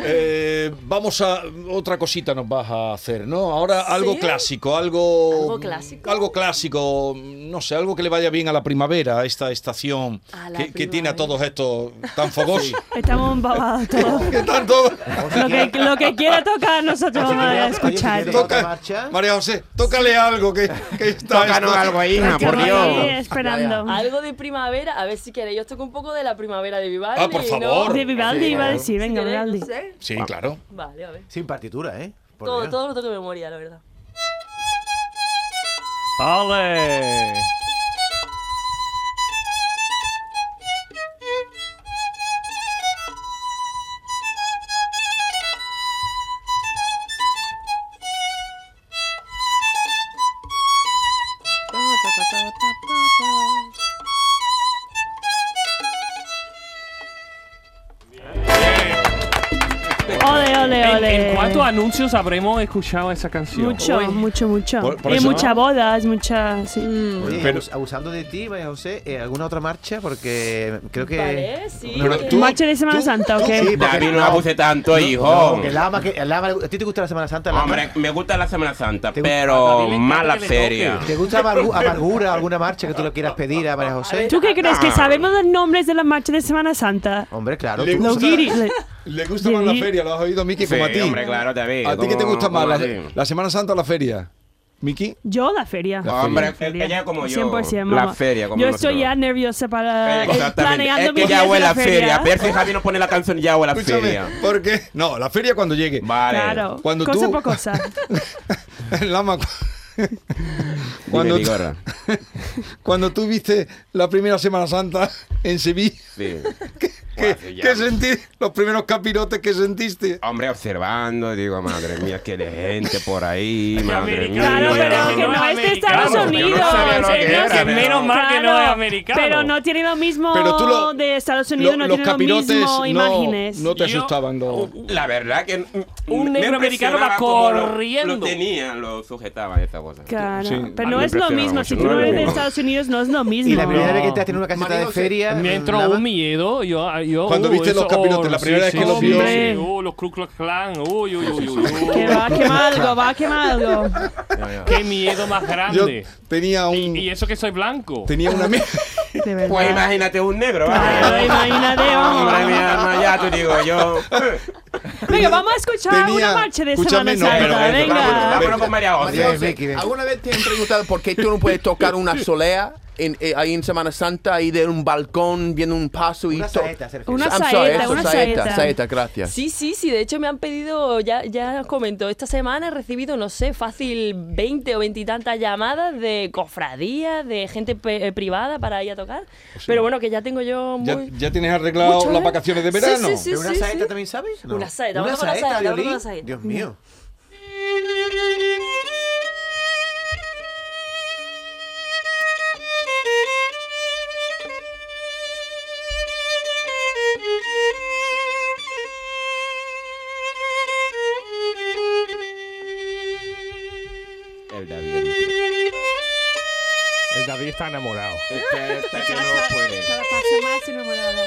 Eh, vamos a otra cosita nos vas a hacer, ¿no? Ahora algo
¿Sí?
clásico, algo mm,
¿Algo clásico?
algo clásico, no sé, algo que le vaya bien a la primavera, a esta estación
A la
que, que tiene a todos estos tan fogosos.
Estamos embabados todos.
¿Qué tal todo?
Lo que, lo que quiera tocar nosotros
Oye,
vamos a
oye,
escuchar.
Toca, María José, tócale algo que, que está
Tócanos
esto-
algo, hija, por Dios. Ahí esperando.
Algo de primavera, a ver si queréis, yo toco un poco de la primavera de Vivaldi.
Ah, por
¿no?
favor.
De Vivaldi
Sí,
iba a
claro.
decir, venga,
Si queréis,
Vivaldi.
no sé.
Sí, claro.
Vale, a ver.
Sin partitura, ¿eh? Por
Todo,
Dios.
todo lo toco de memoria, la verdad.
¡Ale!
Ole, ole,
¿En-
ole.
¿En cuántos anuncios habremos escuchado esa canción?
Mucho, mucho, mucho.
Por- por
y
eso-
muchas bodas, muchas. Sí.
Mm.
Oye, abus- abusando de ti, María José, eh, ¿alguna otra marcha? Porque creo que.
Vale, sí.
No, no,
Pero tú- Marcha de Semana Santa, ¿o qué?
Sí, porque-
David, no abuse tanto, hijo.
No, que Lama, que Lama, ¿A ti te gusta la Semana Santa? Lama?
Hombre, me gusta la Semana Santa, pero mala feria.
¿Te gusta amargu- amargura, alguna marcha que tú le quieras pedir a María José?
¿Tú qué crees? ¿Que
Ah.
sabemos los nombres de las marchas de Semana Santa?
Hombre, claro.
Le
tú-
gusta,
guiri- le-
le gusta más la
guiri-
feria, lo has oído, Miki, como a
Sí,
ti.
hombre, claro, David.
¿A ti qué te gusta
¿Cómo-
más, la,
cómo así?
la Semana Santa o la feria? ¿Miki?
Yo, la feria.
La Hombre, feria.
Ella es como yo.
100%,
la
mamá.
feria, como
Yo
nosotros.
estoy ya nerviosa para.
Exactamente.
Eh, Planeando
Es
mi
que
día
ya
de
huele
la
a feria.
feria.
A ver si Javi nos pone la canción ya huele a
Escúchame,
feria.
¿Por qué? No, la feria cuando llegue.
Vale.
Claro.
Cuando
cosa
tú-
por cosa.
Lama, cu- cuando, tú,
Vigorra.
cuando tú viste la primera Semana Santa en Sevilla,
Sí.
¿qué,
Hace ya-
qué sentí- Los primeros capirotes que sentiste.
Hombre, observando, digo, madre mía, que de gente por ahí, madre mía.
Claro, pero que no es de Estados
Americano,
Unidos.
yo no sabía lo
eh,
que
no
era,
sé,
pero- Menos mal que no es americano.
Pero no tiene lo mismo
Pero tú lo-
de Estados Unidos,
lo-
no
los
tiene lo mismo
capirotes no-
imágenes.
No te
Yo-
asustaban los.
La verdad que
Un negro americano va
Lo,
corriendo.
tenía, lo sujetaban esta cosa.
Claro,
Sí.
pero
A
no
mí
es
me
lo
impresiona
mismo.
mucho,
Si tú
no
no
es lo
eres de
mismo.
Estados Unidos, no es lo mismo.
Y la primera vez que te has tenido una caseta de feria. mm,
Me entró
Lama.
un miedo. Yo, yo,
Cuando
uh,
viste
eso,
los capirotes,
oh,
la
sí,
primera vez que
sí,
los
sí,
vio.
sí, uh, los Ku Klux Klan. Uy, uy, uy, uy. uy.
Que va, que mal algo, va, que mal algo.
Qué miedo más grande.
tenía un.
Y, y eso que soy blanco.
Tenía una amiga.
Pues imagínate un negro, ¿vale?
imagínate, vamos.
Madre mía, no, ya te digo yo.
Venga, vamos a escuchar
Tenía-
una marcha de
escúchame,
Semana
no, pero
Santa.
ven, vámonos,
Venga.
vámonos con María José.
María José, ¿Alguna vez te han preguntado por qué tú no puedes tocar una solea en, eh, ahí en Semana Santa ahí de un balcón viendo un paso y
Una
to-
saeta, se
refiere. Una
I'm sorry,
saeta,
eso,
una saeta.
saeta, saeta, gracias.
Sí, sí, sí. De hecho, me han pedido, ya, ya os comento, esta semana he recibido, no sé, fácil 20 o 20 y tantas llamadas de cofradías, de gente pe- eh, privada para ir a tocar. Pero bueno, que ya tengo yo muy.
¿Ya, ya tienes arreglado
Mucho,
las
¿eh?
vacaciones de
Sí,
verano?
sí, sí,
¿Pero una
sí,
saeta
sí.
también sabes?
Una saeta,
¿Una
vamos con la
saeta,
saeta, vamos con la
violín?
saeta.
Dios mío.
Thank
está enamorado.
Este, que no puede.
Cada paso más enamorada.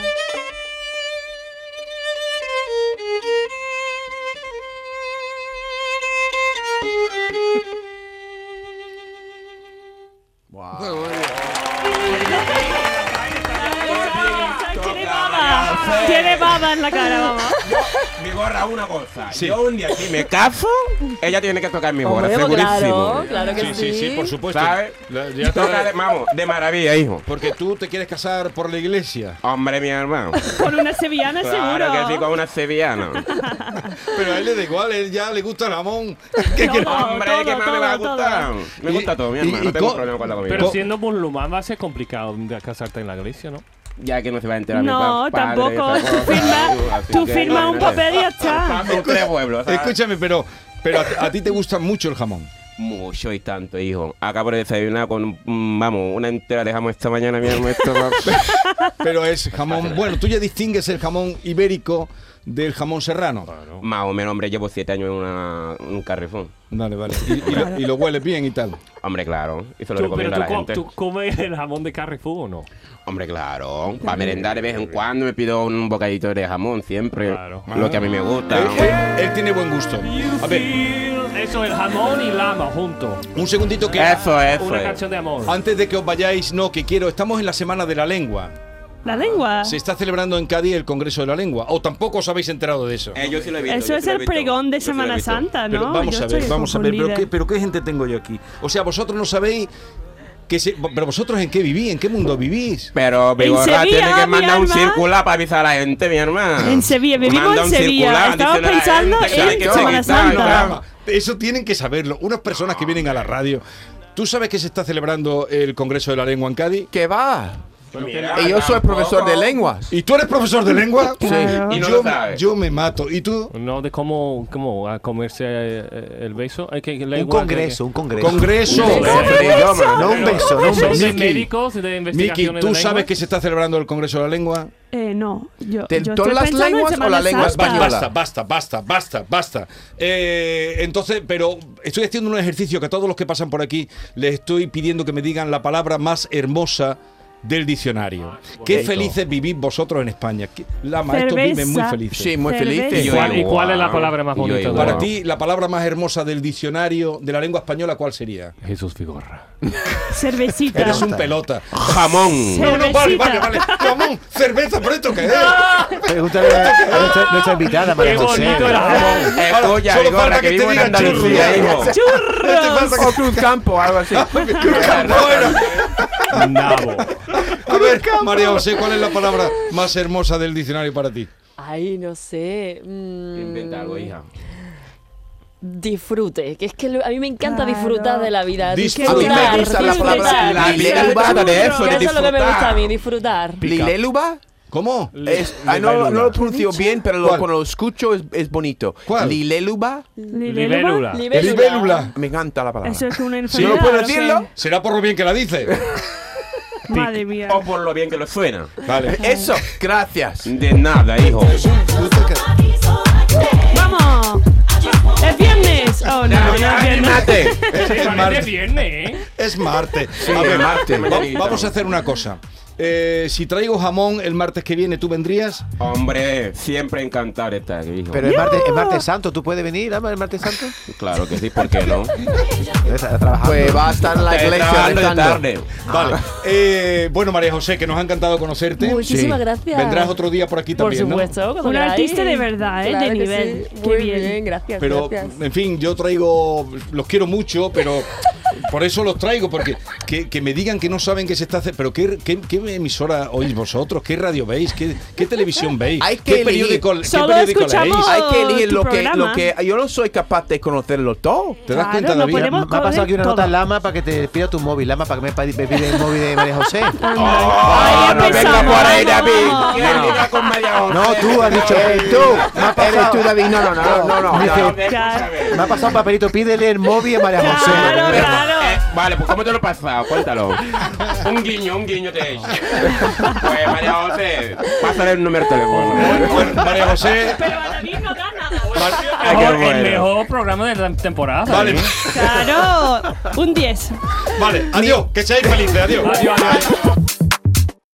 Tiene baba. Tiene baba en la cara, vamos.
Mi gorra una cosa. Yo un día si me caso, ella tiene que tocar mi gorra,
Hombre,
segurísimo.
claro, claro que
sí, sí,
sí.
sí, por supuesto.
¿Sabes?
La- ya
Y toca de-
está-
vamos, de maravilla, hijo.
Porque tú te quieres casar por la iglesia.
Hombre, mi hermano.
Con una sevillana
Claro
seguro.
que sí, con una sevillana. este-
Pero a él le da igual, a él ya le gusta el jamón.
Todo, Hombre, ¿qué más me va a
todo,
gustar?
todo.
Me gusta todo, mi hermano. No tengo problema con la comida.
Pero siendo musulmán va a ser complicado de casarte en la iglesia, ¿no?
Ya que no se va a enterar
No,
mi pa- padre,
tampoco.
esa
Tú
cosa,
firma-
así
tú
que-
firma un papel y ya está.
Vamos, tres pueblos, ¿sabes?
Escúchame, pero, pero a, a ti te gusta mucho el jamón.
Mucho y tanto, hijo. Acabo de desayunar con, un- mm, vamos, una entera de jamón esta mañana, mi hermano. Esto va-
Pero es jamón. Bueno, tú ya distingues el jamón ibérico del jamón serrano.
Más o menos, hombre, llevo siete años en una, un carrifón.
Vale, vale. Y, y lo, y lo hueles bien y tal.
Hombre, claro. Y se lo
Tú- pero
recomiendo a
tú,
la
co-
gente.
tú comes el jamón de Carrefour o no?
Hombre, claro. Para merendar de vez en cuando me pido un bocadito de jamón siempre. Lo que a mí me gusta.
Él,
Eh,
él- él tiene Ah. buen gusto. A ver,
Eso, el jamón y lama juntos.
un segundito que.
Eso, eso
Una es. canción de amor.
Antes de que os vayáis, no, que quiero. Estamos en la semana de la lengua.
La lengua.
Se está celebrando en Cádiz el Congreso de la Lengua. O tampoco os habéis enterado de eso.
Eh, yo sí lo he visto.
Eso es el pregón de Semana Santa, ¿no?
Pero vamos
Yo
a ver,
estoy
vamos a ver, pero
confundida.
qué, pero qué gente tengo yo aquí. O sea, vosotros no sabéis que se- pero vosotros en qué vivís, en qué mundo vivís.
Pero Vigorra
Sevilla,
tiene que
mi
mandar un
alma.
circular para avisar a la gente, mi hermano.
En Sevilla, vivimos
Ah. Manda
en
un
Sevilla.
circular
Estamos
diciéndole a la
pensando
gente que
en
hay que
Semana
evitar,
Santa.
claro.
Eso tienen que saberlo. Unas personas que vienen a la radio. ¿Tú sabes que se está celebrando el Congreso de la Lengua en Cádiz? Ah,
¿Qué va?
Pues Mira,
Y yo soy profesor de lenguas.
¿Y tú eres profesor de lengua?
Sí.
Y no
yo,
lo sabes.
yo me mato. ¿Y tú?
No, de cómo, cómo a comerse eh, el beso. Hay que la
Un
igual de-
congreso, un congreso.
Congreso.
Un congreso de idioma, No un
Pero-
beso, no un
Son
beso.
de médicos de
Miki,
investigaciones
¿tú
de
sabes
lenguas.
que se está celebrando el Congreso de la Lengua?
Eh, no. Yo,
¿De
yo
todas
estoy
las
pensando en
lenguas o
Semana
la lengua
Santa.
española? Basta, basta, basta, basta, basta. Eh, entonces, pero estoy haciendo un ejercicio que a todos los que pasan por aquí les estoy pidiendo que me digan la palabra más hermosa del
Ah,
diccionario. Qué
bonito.
felices vivís vosotros en España. Qué- La maestros
Cerveza.
viven muy felices.
Sí, muy
Cerveza.
felices.
¿Y cuál, y cuál es la palabra más
Yo
bonita? de-
igual.
Para ti, la palabra más hermosa del diccionario de la lengua española, ¿cuál sería?
Jesús Figorra.
Cervecita.
Eres un pelota.
Jamón.
No, no, vale,
Cervecita.
vale, vale. Jamón, cerveza, ¿por esto qué es?
Pregúntale a, a nuestra, nuestra invitada, María
Qué
José.
bonito el jamón.
Ahora,
Escucha,
solo
Vigorra,
falta
que
que te
vivo en
digan
Andalucía, Pues, hijo.
churros.
O Cruz Campo, algo así.
Nabo.
A ver, María José, ¿cuál es la palabra más hermosa del diccionario para ti?
Ay, no sé. mm,
Inventa algo, hija.
Disfrute, que es que lo- a mí me encanta
Claro.
disfrutar de la vida.
Disfrutar.
Disfrutar,
A mí me gusta la
disfrutar,
palabra la
disfrutar.
lengua de eso, de
Que es lo que me gusta a
disfrutar.
mí, disfrutar.
¿Lileluba?
¿Cómo?
Es- ah, no, no lo pronuncio bien, pero lo-
¿Cuál?
cuando lo escucho es, es bonito.
¿Cuál?
¿Lileluba?
Libélula.
Libélula.
Libélula.
Me encanta la palabra.
Eso es una
Si
enfermedad.
no puedo
¿o qué?
decirlo, será por lo bien que la dice.
Madre mía.
O por lo bien que lo suena.
Vale.
Eso, gracias.
De nada, hijo.
¡Vamos! ¡Es viernes! Oh, no, no es viernes.
¡Anímate!
Es,
Sí,
es
parece
Marte.
viernes, ¿eh?
Es Marte. A
es
ver,
Marte,
va-
Margarita.
vamos a hacer una cosa. Eh, si traigo jamón el martes que viene, ¿tú vendrías?
Hombre, siempre encantar estar aquí, hijo.
Pero es martes, es martes santo, ¿tú puedes venir ama, el martes santo?
Claro que sí, ¿por qué no?
Debes estar trabajando.
Pues va a estar en la
Estoy
iglesia
trabajando de
rezando.
tarde.
Vale. Eh, bueno, María José, que nos ha encantado conocerte.
Muchísimas gracias.
Vendrás otro día por aquí
Por
también, ¿no?
supuesto. cuando
Un
queráis.
artista de verdad, ¿eh?
Claro
de
que
nivel.
sí.
Qué
Muy
bien.
bien, gracias.
Pero,
gracias.
en fin, yo traigo, los quiero mucho, pero por eso los traigo, porque que, que me digan que no saben qué se está haciendo, pero qué, qué, qué emisora oís vosotros, qué radio veis, qué, qué televisión veis,
Hay
qué
que
periódico,
elegir.
qué
Solo
periódico
escuchamos-
leéis.
Hay que elegir
tu
lo que, lo
programa.
que. Yo no soy capaz de conocerlo todo.
¿Te das
Claro,
cuenta,
no
David?
podemos-
Me ha pasado aquí una
Todo.
nota Lama para que te pida tu móvil, Lama, para que me, pa- me pida el móvil de María José.
¡Oh, no venga
empezamos,
por ahí,
no.
David! ¿Quién liga con María José?
No, tú has dicho,
Eres tú, eres tú, David. No, no, no, no, no.
Dice,
no.
Claro,
Me ha pasado un papelito, pídele el móvil a María José.
claro.
Pero,
claro.
eh, vale, pues ¿cómo te lo he pasado? Cuéntalo. Un guiño, un guiño te he hecho. Ah, Pues María José, pásale el número de teléfono.
Bueno, María José,
Pero a David no da nada,
mejor- el mejor programa de la temporada.
Vale.
¿eh?
Claro, un 10.
Vale, adiós, que seáis felices, adiós.